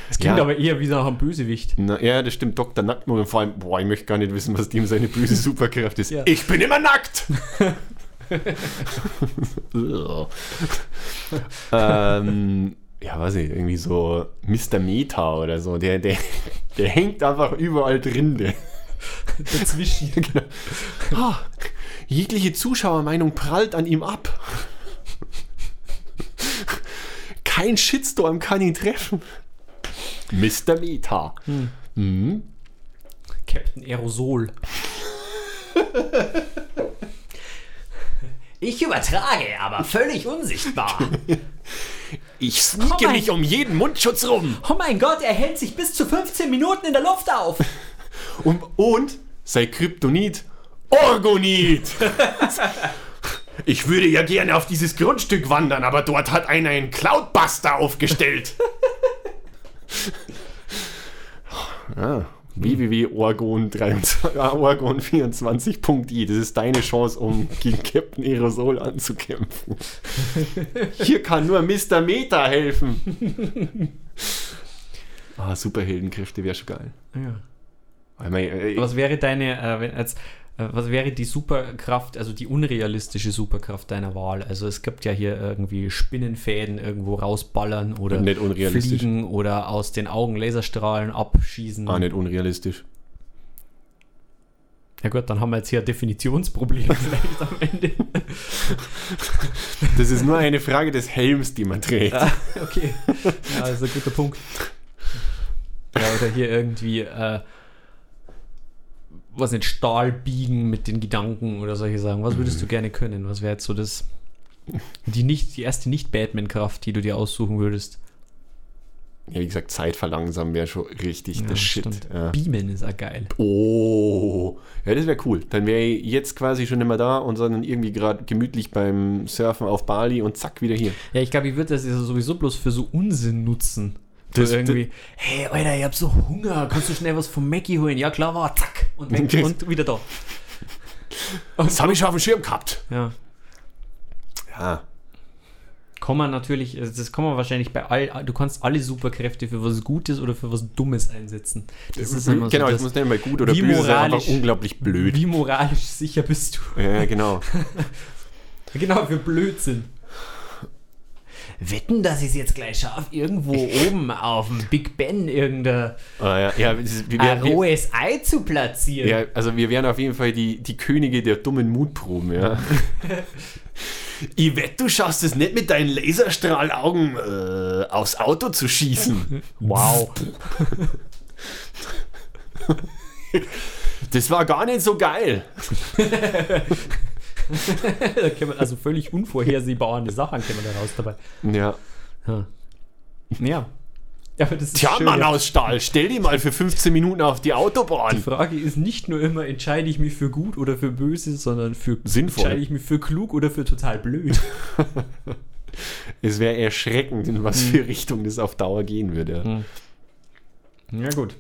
A: Das klingt
B: Ja.
A: aber eher wie nach einem Bösewicht.
B: Na, ja, das stimmt. Dr. Nacktmund und vor allem, boah, ich möchte gar nicht wissen, was dem seine böse Superkraft ist.
A: Ja.
B: Ich bin immer [laughs] nackt! ähm, ja, weiß ich, irgendwie so Mr. Meta oder so. Der, der, der hängt einfach überall drin. Der.
A: Dazwischen. [laughs]
B: Ah, jegliche Zuschauermeinung prallt an ihm ab. Kein Shitstorm kann ihn treffen. Hm. Mr. Meta.
A: Captain Aerosol.
D: Ich übertrage, aber völlig unsichtbar.
B: Ich
A: Oh
B: sneake
A: mein-
B: mich um jeden Mundschutz rum.
A: Oh mein Gott, er hält sich bis zu 15 Minuten in der Luft auf.
B: Und, und sei Kryptonit Orgonit. [laughs] Ich würde ja gerne auf dieses Grundstück wandern, aber dort hat einer einen [laughs] Cloudbuster aufgestellt. ja, ah, www.orgon24.de. Das ist deine Chance, um gegen Captain Aerosol [laughs] anzukämpfen. Hier kann nur Mr. Meta helfen. [laughs] Ah, Superheldenkräfte wäre schon geil.
A: Ja.
B: Ich mein, äh,
A: Was wäre deine, äh, wenn, als, äh, was wäre die Superkraft, also die unrealistische Superkraft deiner Wahl? Also es gibt ja hier irgendwie Spinnenfäden irgendwo rausballern oder
B: Nicht unrealistisch.
A: fliegen oder aus den Augen Laserstrahlen abschießen.
B: ah, nicht unrealistisch.
A: Ja gut, dann haben wir jetzt hier ein Definitionsproblem
B: [laughs]
A: vielleicht am Ende.
B: Das ist nur eine Frage des Helms, die
A: [laughs]
B: man trägt.
A: okay. Ja, das ist ein guter Punkt. Ja, oder hier irgendwie, äh, was nicht, Stahl biegen mit den Gedanken oder solche Sachen. Was würdest du
B: Mhm.
A: gerne können? Was wäre jetzt so das, die nicht, die erste Nicht-Batman-Kraft, die du dir aussuchen würdest?
B: Ja, wie gesagt, Zeit verlangsamen wäre schon richtig das Shit.
A: stimmt.
B: Ja.
A: Beamen ist ja geil.
B: Oh, ja, das wäre cool. Dann wäre ich jetzt quasi schon nicht mehr da und sondern irgendwie gerade gemütlich beim Surfen auf Bali und zack, wieder hier.
A: Ja, ich glaube, ich würde das ja sowieso bloß für so Unsinn nutzen. So
B: Das-
A: irgendwie, hey, Alter, ich hab so Hunger, kannst du schnell was vom Mackie holen? Ja, klar, war, zack, und weg
B: [laughs] Okay.
A: und wieder da.
B: Das habe ich schon auf dem Schirm gehabt.
A: Ja.
B: Ja,
A: Kann man natürlich, also das kann man wahrscheinlich bei all, du kannst alle Superkräfte für was Gutes oder für was Dummes einsetzen. Das ist immer
B: genau,
A: so
B: ich
A: das,
B: muss nicht mal gut oder
A: wie
B: böse sein,
A: moralisch-
B: einfach unglaublich blöd.
A: Wie moralisch sicher bist du? [laughs]
B: Ja, genau.
A: Genau, für Blödsinn. Wetten, dass ich es jetzt gleich schaffe, irgendwo oben auf dem Big Ben irgendein
B: Ah, ja, ja, das ist- wir,
A: ein
B: wir,
A: rohes Ei zu platzieren.
B: ja, also wir wären auf jeden Fall die, die Könige der dummen Mutproben, ja. [laughs] Yvette, du schaffst es nicht mit deinen Laserstrahlaugen äh, aufs Auto zu schießen. [laughs]
A: Wow. [laughs]
B: Das war gar nicht so geil.
A: da kann man also völlig unvorhersehbare Sachen kann man da raus dabei.
B: Ja.
A: Ja. ja. Aber das ist
B: Tja,
A: schön,
B: Mann
A: ja.
B: aus Stahl, stell dich mal für 15 Minuten auf die
A: Die
B: Autobahn.
A: Frage ist nicht nur immer, entscheide ich mich für gut oder für böse, sondern für
B: Sinnvoll.
A: Entscheide ich mich für klug oder für total
B: [laughs]
A: blöd.
B: Es wäre erschreckend, in was für Richtung das auf Dauer gehen würde. Ja,
A: ja, gut.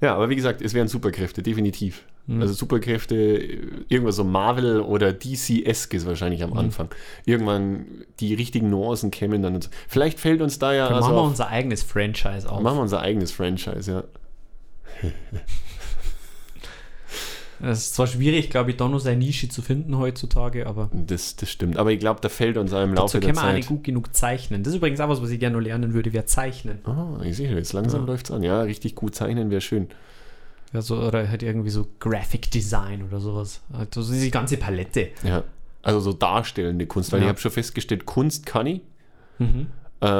B: ja aber wie gesagt, es wären Superkräfte, definitiv.
A: Mhm.
B: Also Superkräfte, irgendwas so Marvel oder DC-esque ist wahrscheinlich
A: Mhm.
B: am Anfang. Irgendwann die richtigen Nuancen kämen dann. Und so. Vielleicht fällt uns da ja.
A: Dann
B: also
A: machen wir
B: auf-
A: unser eigenes Franchise auf.
B: machen wir unser eigenes Franchise, ja.
A: Es ist zwar schwierig, glaube ich, da noch seine Nische zu finden heutzutage, aber
B: Das, das stimmt. Aber ich glaube, da fällt uns einem im
A: dazu
B: Laufe
A: kann
B: der
A: man auch nicht
B: Zeit.
A: gut genug zeichnen. Das ist übrigens auch was, was ich gerne noch lernen würde, wäre zeichnen.
B: Oh, ich sehe, jetzt langsam läuft's an. Ja, richtig gut zeichnen wäre schön.
A: Ja, so, oder halt irgendwie so Graphic Design oder sowas. Also so diese ganze Palette.
B: Ja. Also so darstellende Kunst, weil
A: Ja.
B: ich habe schon festgestellt, Kunst kann ich. Mhm.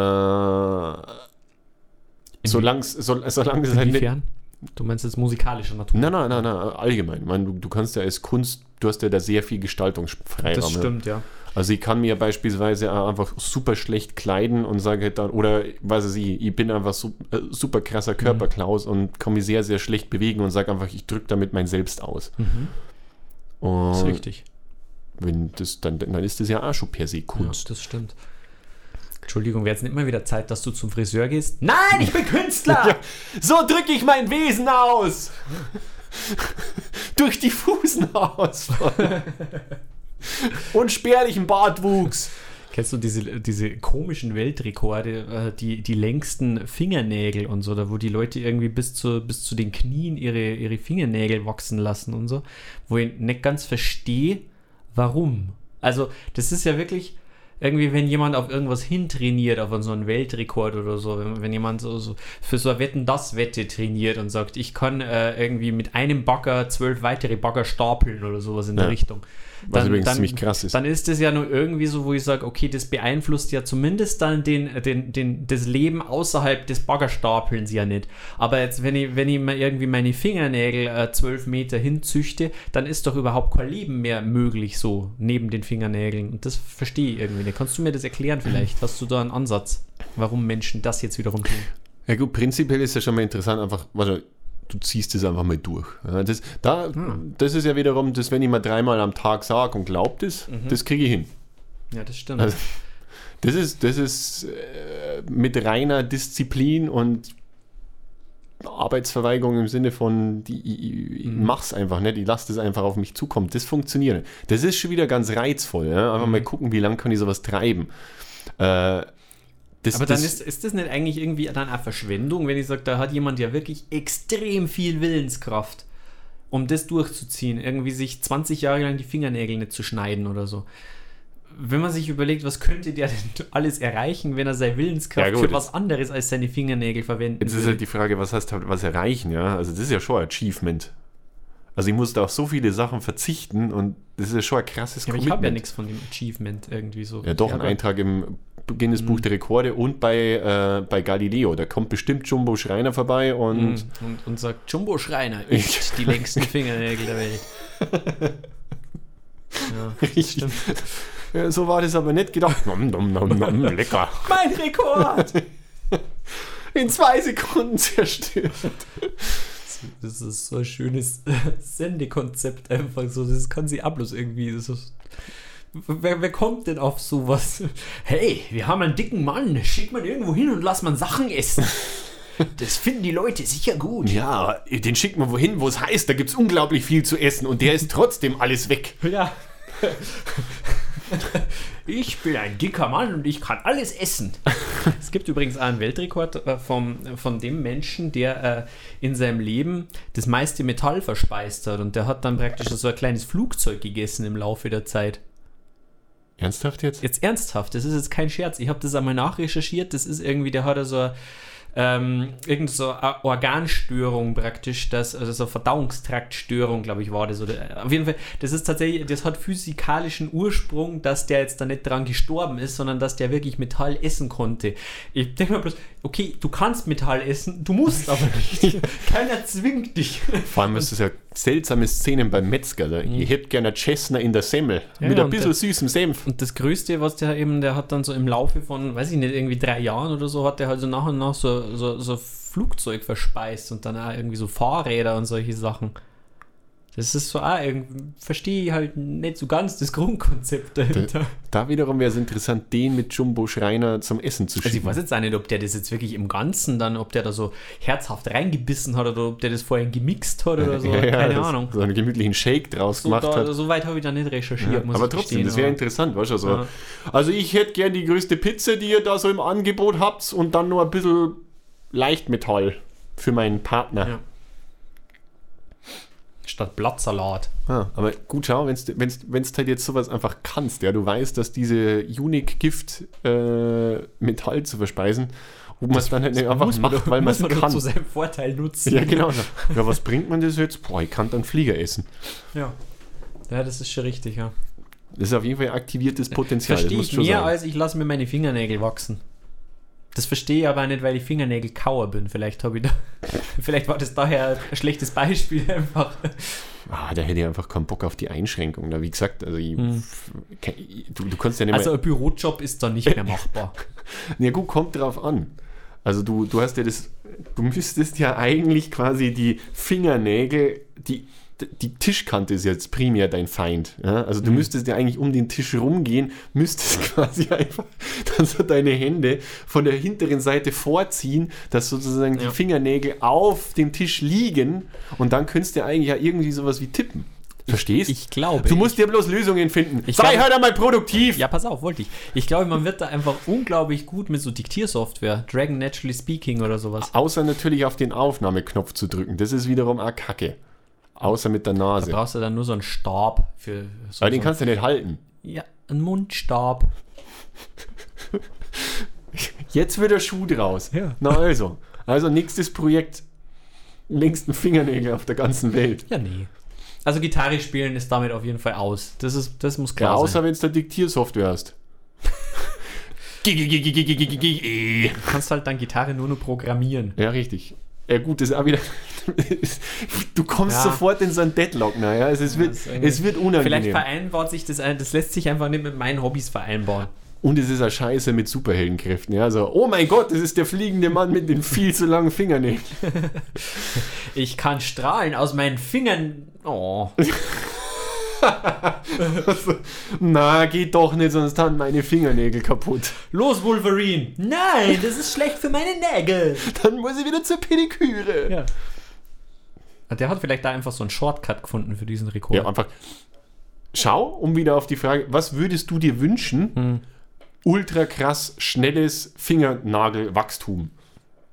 B: Äh, solange so, solange es halt nicht.
A: Inwiefern? Du meinst jetzt musikalischer Natur.
B: Nein, nein, nein, nein, allgemein. Ich meine, du, du kannst ja als Kunst, du hast ja da sehr viel Gestaltungsfreiraum.
A: das
B: Ja.
A: stimmt, ja.
B: Also ich kann mir beispielsweise auch einfach super schlecht kleiden und sage halt dann, oder weiß ich, nicht, ich bin einfach so, äh, super
A: Mhm.
B: krasser Körperklaus und kann mich sehr, sehr schlecht bewegen und sage einfach, ich drücke damit mein Selbst aus. Und
A: Das ist richtig.
B: Wenn das, dann, dann ist das ja auch schon per se
A: Ja,
B: Kunst.
A: das stimmt. Entschuldigung, wäre jetzt nicht mal wieder Zeit, dass du zum Friseur gehst? Nein, ich bin Künstler!
B: So drücke ich mein Wesen aus. Durch diffusen Ausfall. Und spärlichen Bartwuchs.
A: Kennst du diese, diese komischen Weltrekorde, äh, die, die längsten Fingernägel und so, da wo die Leute irgendwie bis zu, bis zu den Knien ihre, ihre Fingernägel wachsen lassen und so, wo ich nicht ganz verstehe, warum. Also, das ist ja wirklich irgendwie, wenn jemand auf irgendwas hintrainiert, auf so einen Weltrekord oder so, wenn, wenn jemand so, so für so eine Wetten das Wette trainiert und sagt, ich kann äh, irgendwie mit einem Bagger zwölf weitere Bagger stapeln oder sowas in
B: Ja.
A: der Richtung.
B: Was übrigens ziemlich krass ist.
A: Dann ist es ja nur irgendwie so, wo ich sage, okay, das beeinflusst ja zumindest dann den, den, den, das Leben außerhalb des Baggerstapelns ja nicht. Aber jetzt, wenn ich, wenn ich mal irgendwie meine Fingernägel äh, zwölf Meter hinzüchte, dann ist doch überhaupt kein Leben mehr möglich so neben den Fingernägeln. Und das verstehe ich irgendwie nicht. Kannst du mir das erklären vielleicht? Hast du da einen Ansatz, warum Menschen das jetzt wiederum tun?
B: Ja gut, prinzipiell ist ja schon mal interessant, einfach, warte, du ziehst es einfach mal durch. Ja, das, da,
A: Hm.
B: das ist ja wiederum, das, wenn ich mal dreimal am Tag sage und glaubt es,
A: Mhm.
B: das kriege ich hin.
A: Ja, das stimmt.
B: Also- Das ist, das ist äh, mit reiner Disziplin und Arbeitsverweigerung im Sinne von, die, ich, ich
A: Mhm.
B: mach's einfach nicht, ich lasse das einfach auf mich zukommen. Das funktioniert. Das ist schon wieder ganz reizvoll. Ja?
A: Mhm.
B: Einfach mal gucken, wie lange kann ich sowas treiben. Äh, das,
A: Aber dann
B: das-
A: ist, ist das nicht eigentlich irgendwie dann auch Verschwendung, wenn ich sage, da hat jemand ja wirklich extrem viel Willenskraft, um das durchzuziehen, irgendwie sich 20 Jahre lang die Fingernägel nicht zu schneiden oder so. Wenn man sich überlegt, was könnte der [laughs] denn alles erreichen, wenn er seine Willenskraft
B: Ja, gut,
A: für was anderes als seine Fingernägel verwenden
B: Jetzt ist
A: würde?
B: halt die Frage, was heißt halt was erreichen, ja? Also das ist ja schon ein Achievement. Also ich musste auf so viele Sachen verzichten und das ist ja schon ein krasses
A: Ja, aber ich habe ja nichts von dem Achievement irgendwie so.
B: Ja, doch, ein
A: aber- Mhm.
B: Eintrag im Guinness Buch der Rekorde und bei, äh, bei Galileo. Da kommt bestimmt Jumbo Schreiner vorbei und
A: Und, und, und sagt, Jumbo
B: [laughs]
A: Schreiner übt die längsten Fingernägel der Welt. Ja.
B: richtig. [laughs] Ja, so war das aber nicht gedacht. Nom, nom,
A: [laughs]
B: nom, nom, lecker.
A: Mein Rekord!
B: [laughs] In zwei Sekunden zerstört.
A: Das ist so ein schönes [laughs] Sendekonzept einfach so. Das kann sie ab bloß irgendwie. Das ist, wer, wer kommt denn auf sowas? Hey, wir haben einen dicken Mann. Schickt man irgendwo hin und lass man Sachen
B: [laughs]
A: essen. Das finden die Leute sicher gut.
B: Ja, aber den schickt man wohin, wo es heißt, da gibt es unglaublich viel zu essen und der ist trotzdem alles weg.
A: Ja. [laughs] Ich bin ein dicker Mann und ich kann alles essen. Es gibt übrigens auch einen Weltrekord äh, vom, von dem Menschen, der äh, in seinem Leben das meiste Metall verspeist hat. Und der hat dann praktisch so ein kleines Flugzeug gegessen im Laufe der Zeit.
B: Ernsthaft jetzt?
A: Jetzt ernsthaft, das ist jetzt kein Scherz. Ich habe das einmal nachrecherchiert. Das ist irgendwie, der hat so eine, ähm, irgend so eine Organstörung praktisch, das, also so eine Verdauungstraktstörung, glaube ich, war das. Oder, auf jeden Fall, das ist tatsächlich, das hat physikalischen Ursprung, dass der jetzt da nicht dran gestorben ist, sondern dass der wirklich Metall essen konnte. Ich denke mal bloß, okay, du kannst Metall essen, du musst aber nicht. Keiner zwingt dich.
B: Vor allem ist es ja seltsame Szenen beim Metzger. Da. Ihr hättet gerne einen Cessna in der Semmel.
A: Mhm. Ja,
B: mit
A: ja,
B: ein
A: und
B: bisschen
A: der-
B: süßem Senf.
A: Und das Größte, was der eben, der hat dann so im Laufe von, weiß ich nicht, irgendwie drei Jahren oder so, hat der halt so nach und nach so, so, so Flugzeug verspeist und dann auch irgendwie so Fahrräder und solche Sachen. Das ist so auch irgendwie, verstehe ich halt nicht so ganz das Grundkonzept dahinter.
B: Da wiederum wäre es interessant, den mit Jumbo Schreiner zum Essen zu
A: Also ich
B: schicken.
A: weiß jetzt auch nicht, ob der das jetzt wirklich im Ganzen dann, ob der da so herzhaft reingebissen hat oder ob der das vorhin gemixt hat
B: [laughs]
A: oder so, also keine
B: das-
A: Ahnung.
B: So einen gemütlichen Shake draus
A: So,
B: gemacht
A: da,
B: hat.
A: so weit habe ich da nicht recherchiert,
B: Ja,
A: muss
B: aber
A: ich
B: trotzdem,
A: gestehen,
B: das wäre
A: aber-
B: interessant, weißt du? Also,
A: Ja.
B: also ich hätte gern die größte Pizza, die ihr da so im Angebot habt und dann nur ein bisschen Leichtmetall für meinen Partner.
A: Ja. Statt Blattsalat.
B: Ah, aber gut, schau, wenn du wenn's, wenn's halt jetzt sowas einfach kannst, ja, du weißt, dass diese Unique-Gift äh, Metall zu verspeisen, ob man es dann halt nicht einfach macht, weil man
A: [laughs]
B: es
A: muss doch
B: kann.
A: zu seinem Vorteil nutzen.
B: Ja, genau. Ja, was bringt man das jetzt? Boah, ich kann dann Flieger essen.
A: Ja. Ja, das ist schon richtig, ja.
B: Das ist auf jeden Fall aktiviertes Potenzial.
A: Verstehe
B: das
A: ich
B: muss schon
A: mehr,
B: sagen.
A: als ich lasse mir meine Fingernägel wachsen. Das verstehe ich aber nicht, weil ich Fingernägelkauer bin. Vielleicht habe ich da. [laughs] Vielleicht war das daher ein schlechtes Beispiel einfach.
B: Ah, da hätte ich einfach keinen Bock auf die Einschränkung. Da, wie gesagt, also ich, ke- ich- du, du kannst ja nicht mehr.
A: Hm. Also ein Bürojob ist da nicht mehr
B: [laughs]
A: machbar.
B: Ja gut, kommt drauf an. Also du, du hast ja das, du müsstest ja eigentlich quasi die Fingernägel, die, die Tischkante ist jetzt primär dein Feind. Ja? Also du
A: Mhm.
B: müsstest ja eigentlich um den Tisch rumgehen, müsstest [laughs] quasi einfach dann so deine Hände von der hinteren Seite vorziehen, dass sozusagen
A: Ja.
B: die Fingernägel auf dem Tisch liegen und dann könntest du eigentlich ja irgendwie sowas wie tippen. Verstehst?
A: Ich glaube.
B: du musst dir bloß Lösungen finden.
A: Ich
B: Sei
A: glaube-
B: halt einmal produktiv.
A: Ja, pass auf, wollte ich. Ich glaube, man wird da einfach unglaublich gut mit so Diktiersoftware. Dragon Naturally Speaking oder sowas.
B: Außer natürlich auf den Aufnahmeknopf zu drücken. Das ist wiederum auch Kacke. Außer mit der
A: Da
B: Nase.
A: brauchst du dann nur so einen Stab für so,
B: Weil den
A: so
B: kannst du nicht halten.
A: Ja, einen Mundstab.
B: Jetzt wird der Schuh draus.
A: Ja.
B: Na also. Also nächstes Projekt. Längsten Fingernägel auf der ganzen Welt.
A: Ja, nee. Also Gitarre spielen ist damit auf jeden Fall aus. Das, ist, das muss
B: Ja,
A: klar
B: außer
A: sein.
B: wenn es der Diktiersoftware hast. Gigigigigigigigigigi.
A: Du kannst halt dann Gitarre nur noch programmieren.
B: ja, richtig. Ja gut, das ist auch wieder... [laughs] du kommst
A: Ja.
B: sofort in so einen Deadlock. Naja, es, es, wird,
A: ist irgendwie-
B: es wird unangenehm.
A: Vielleicht vereinbart sich das, ein- das lässt sich einfach nicht mit meinen Hobbys vereinbaren.
B: Und es ist eine Scheiße mit Superheldenkräften. Ja, also, oh mein Gott, das ist der fliegende Mann mit den viel zu langen Fingernägeln. [laughs]
A: Ich kann strahlen aus meinen Fingern. Oh.
B: Na, geht doch nicht, sonst haben meine Fingernägel kaputt.
A: Los, Wolverine! Nein, das ist schlecht für meine Nägel!
B: Dann muss ich wieder zur Pediküre.
A: Ja. Ah, Der hat vielleicht da einfach so einen Shortcut gefunden für diesen Rekord.
B: Ja, einfach. Schau, um wieder auf die Frage, was würdest du dir wünschen? Ultra krass schnelles Fingernagelwachstum.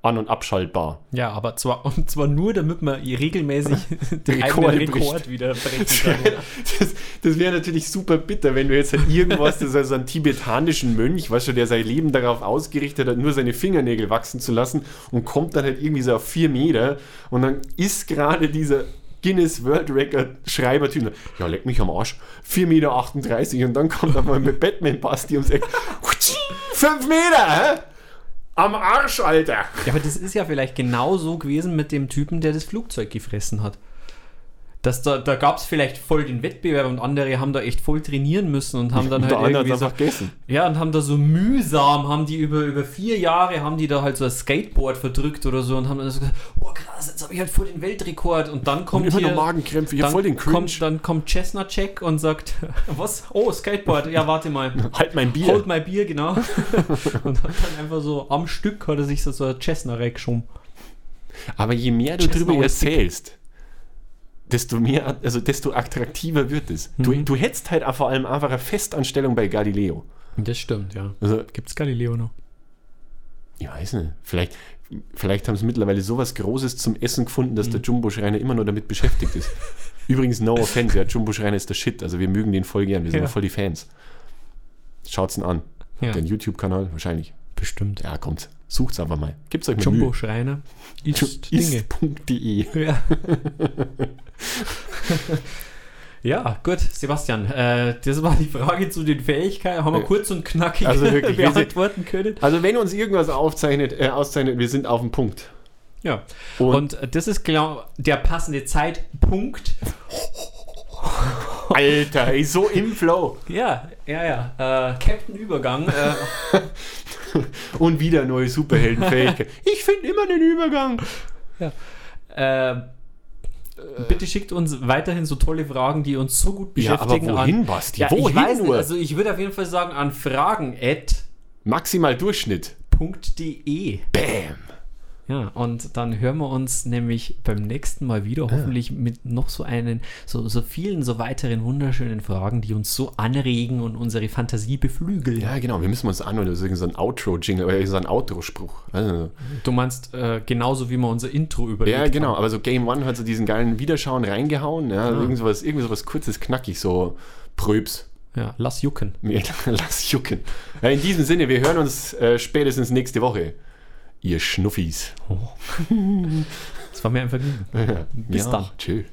B: An- und abschaltbar.
A: Ja, aber zwar, und zwar nur, damit man hier regelmäßig
B: [laughs]
A: den
B: Rekord
A: eigenen
B: bricht.
A: Rekord wieder brechen
B: Das
A: kann.
B: wäre [laughs] das wär natürlich super bitter, wenn du jetzt halt irgendwas, das ist also einen tibetanischen Mönch, weißt du, der sein Leben darauf ausgerichtet hat, nur seine Fingernägel wachsen zu lassen und kommt dann halt irgendwie so auf vier Meter und dann ist gerade dieser Guinness World Record Schreibertyp, ja, leck mich am Arsch, 4,38 Meter und dann kommt einmal mit Batman Basti ums [laughs] Eck, 5 Meter, hä? Am Arsch, Alter!
A: Ja, aber das ist ja vielleicht genau so gewesen mit dem Typen, der das Flugzeug gefressen hat. Das, da da gab es vielleicht voll den Wettbewerb und andere haben da echt voll trainieren müssen und haben dann
B: Unter
A: halt
B: anderem
A: irgendwie
B: hat's
A: so,
B: einfach gegessen.
A: ja und haben da so mühsam haben die über, über vier Jahre haben die da halt so ein Skateboard verdrückt oder so und haben dann so gesagt, oh krass, jetzt habe ich halt voll den Weltrekord und dann kommt
B: Und immer
A: hier,
B: noch Magenkrämpfe, ich hab
A: dann
B: voll den Cringe.
A: kommt dann kommt Chesnacek und sagt, [laughs] was? Oh Skateboard, ja warte mal.
B: halt mein [laughs] Bier.
A: Hold my Bier, genau. [laughs] und hat dann einfach so am Stück hat er sich so, so ein Chesnarek schon.
B: Aber je mehr du
A: Chestnut
B: darüber
A: ist dick.
B: erzählst, desto mehr, also desto attraktiver wird es.
A: Mhm.
B: Du, du hättest halt auch vor allem einfach eine Festanstellung bei Galileo.
A: Das stimmt, ja.
B: Also,
A: Gibt's Galileo noch?
B: ich weiß nicht, vielleicht, vielleicht haben sie mittlerweile sowas Großes zum Essen gefunden, dass
A: Mhm.
B: der Jumbo-Schreiner immer nur damit
A: [laughs]
B: beschäftigt ist. Übrigens, no offense, ja, Jumbo-Schreiner ist der Shit, also wir mögen den voll gern, wir sind
A: Ja.
B: voll die Fans. Schaut's ihn an.
A: Ja.
B: Den YouTube-Kanal wahrscheinlich.
A: Bestimmt.
B: Ja, kommt, sucht's einfach mal. Gibt's euch mal
A: Jumbo
B: Mühe.
A: Schreiner ist Dinge.
B: ist.de
A: [laughs]
B: [laughs]
A: Ja. ja, gut, Sebastian, äh, das war die Frage zu den Fähigkeiten. Haben wir
B: Ja.
A: kurz und knackig
B: Also wirklich, wir sind-
A: beantworten können.
B: Also wenn uns irgendwas aufzeichnet, äh, auszeichnet, wir sind auf dem Punkt.
A: Ja.
B: Und-
A: Und, das ist genau der passende Zeitpunkt.
B: [laughs] Alter, ey, so im Flow.
A: Ja, ja, ja. Äh, Captain Übergang. Äh,
B: Und wieder
A: [laughs]
B: neue Superheldenfähigkeit. Ich finde immer einen Übergang.
A: Äh,
B: [laughs]
A: bitte schickt uns weiterhin so tolle Fragen, die uns so gut
B: Ja, aber
A: beschäftigen.
B: wohin,
A: an,
B: Basti?
A: Ja, ich
B: Wohin
A: weiß nicht,
B: nur?
A: also ich würde auf jeden Fall sagen an
B: Maximal Durchschnitt.
A: fragen.de.
B: Bam.
A: Ja, und dann hören wir uns nämlich beim nächsten Mal
B: Ah.
A: wieder, hoffentlich mit noch so einen, so, so vielen, so weiteren wunderschönen Fragen, die uns so anregen und unsere Fantasie beflügeln.
B: Ja, genau. Wir müssen uns anhören. Das ist irgend so ein Outro-Jingle oder irgend so ein Outro-Spruch. Also,
A: Du meinst äh, genauso, wie wir unser Intro überlegt
B: ja, genau. Aber so Game One hat so diesen geilen Wiederschauen reingehauen.
A: Ah.
B: Ja, irgend sowas, irgend sowas kurzes, knackig, so Pröps.
A: haben. Ja, lass jucken.
B: Mir- [laughs] Lass jucken. Ja, in diesem Sinne, wir hören uns äh, spätestens nächste Woche. Ihr Schnuffis. [laughs]
A: Das war mir ein Vergnügen.
B: Bis
A: dann.
B: Tschüss.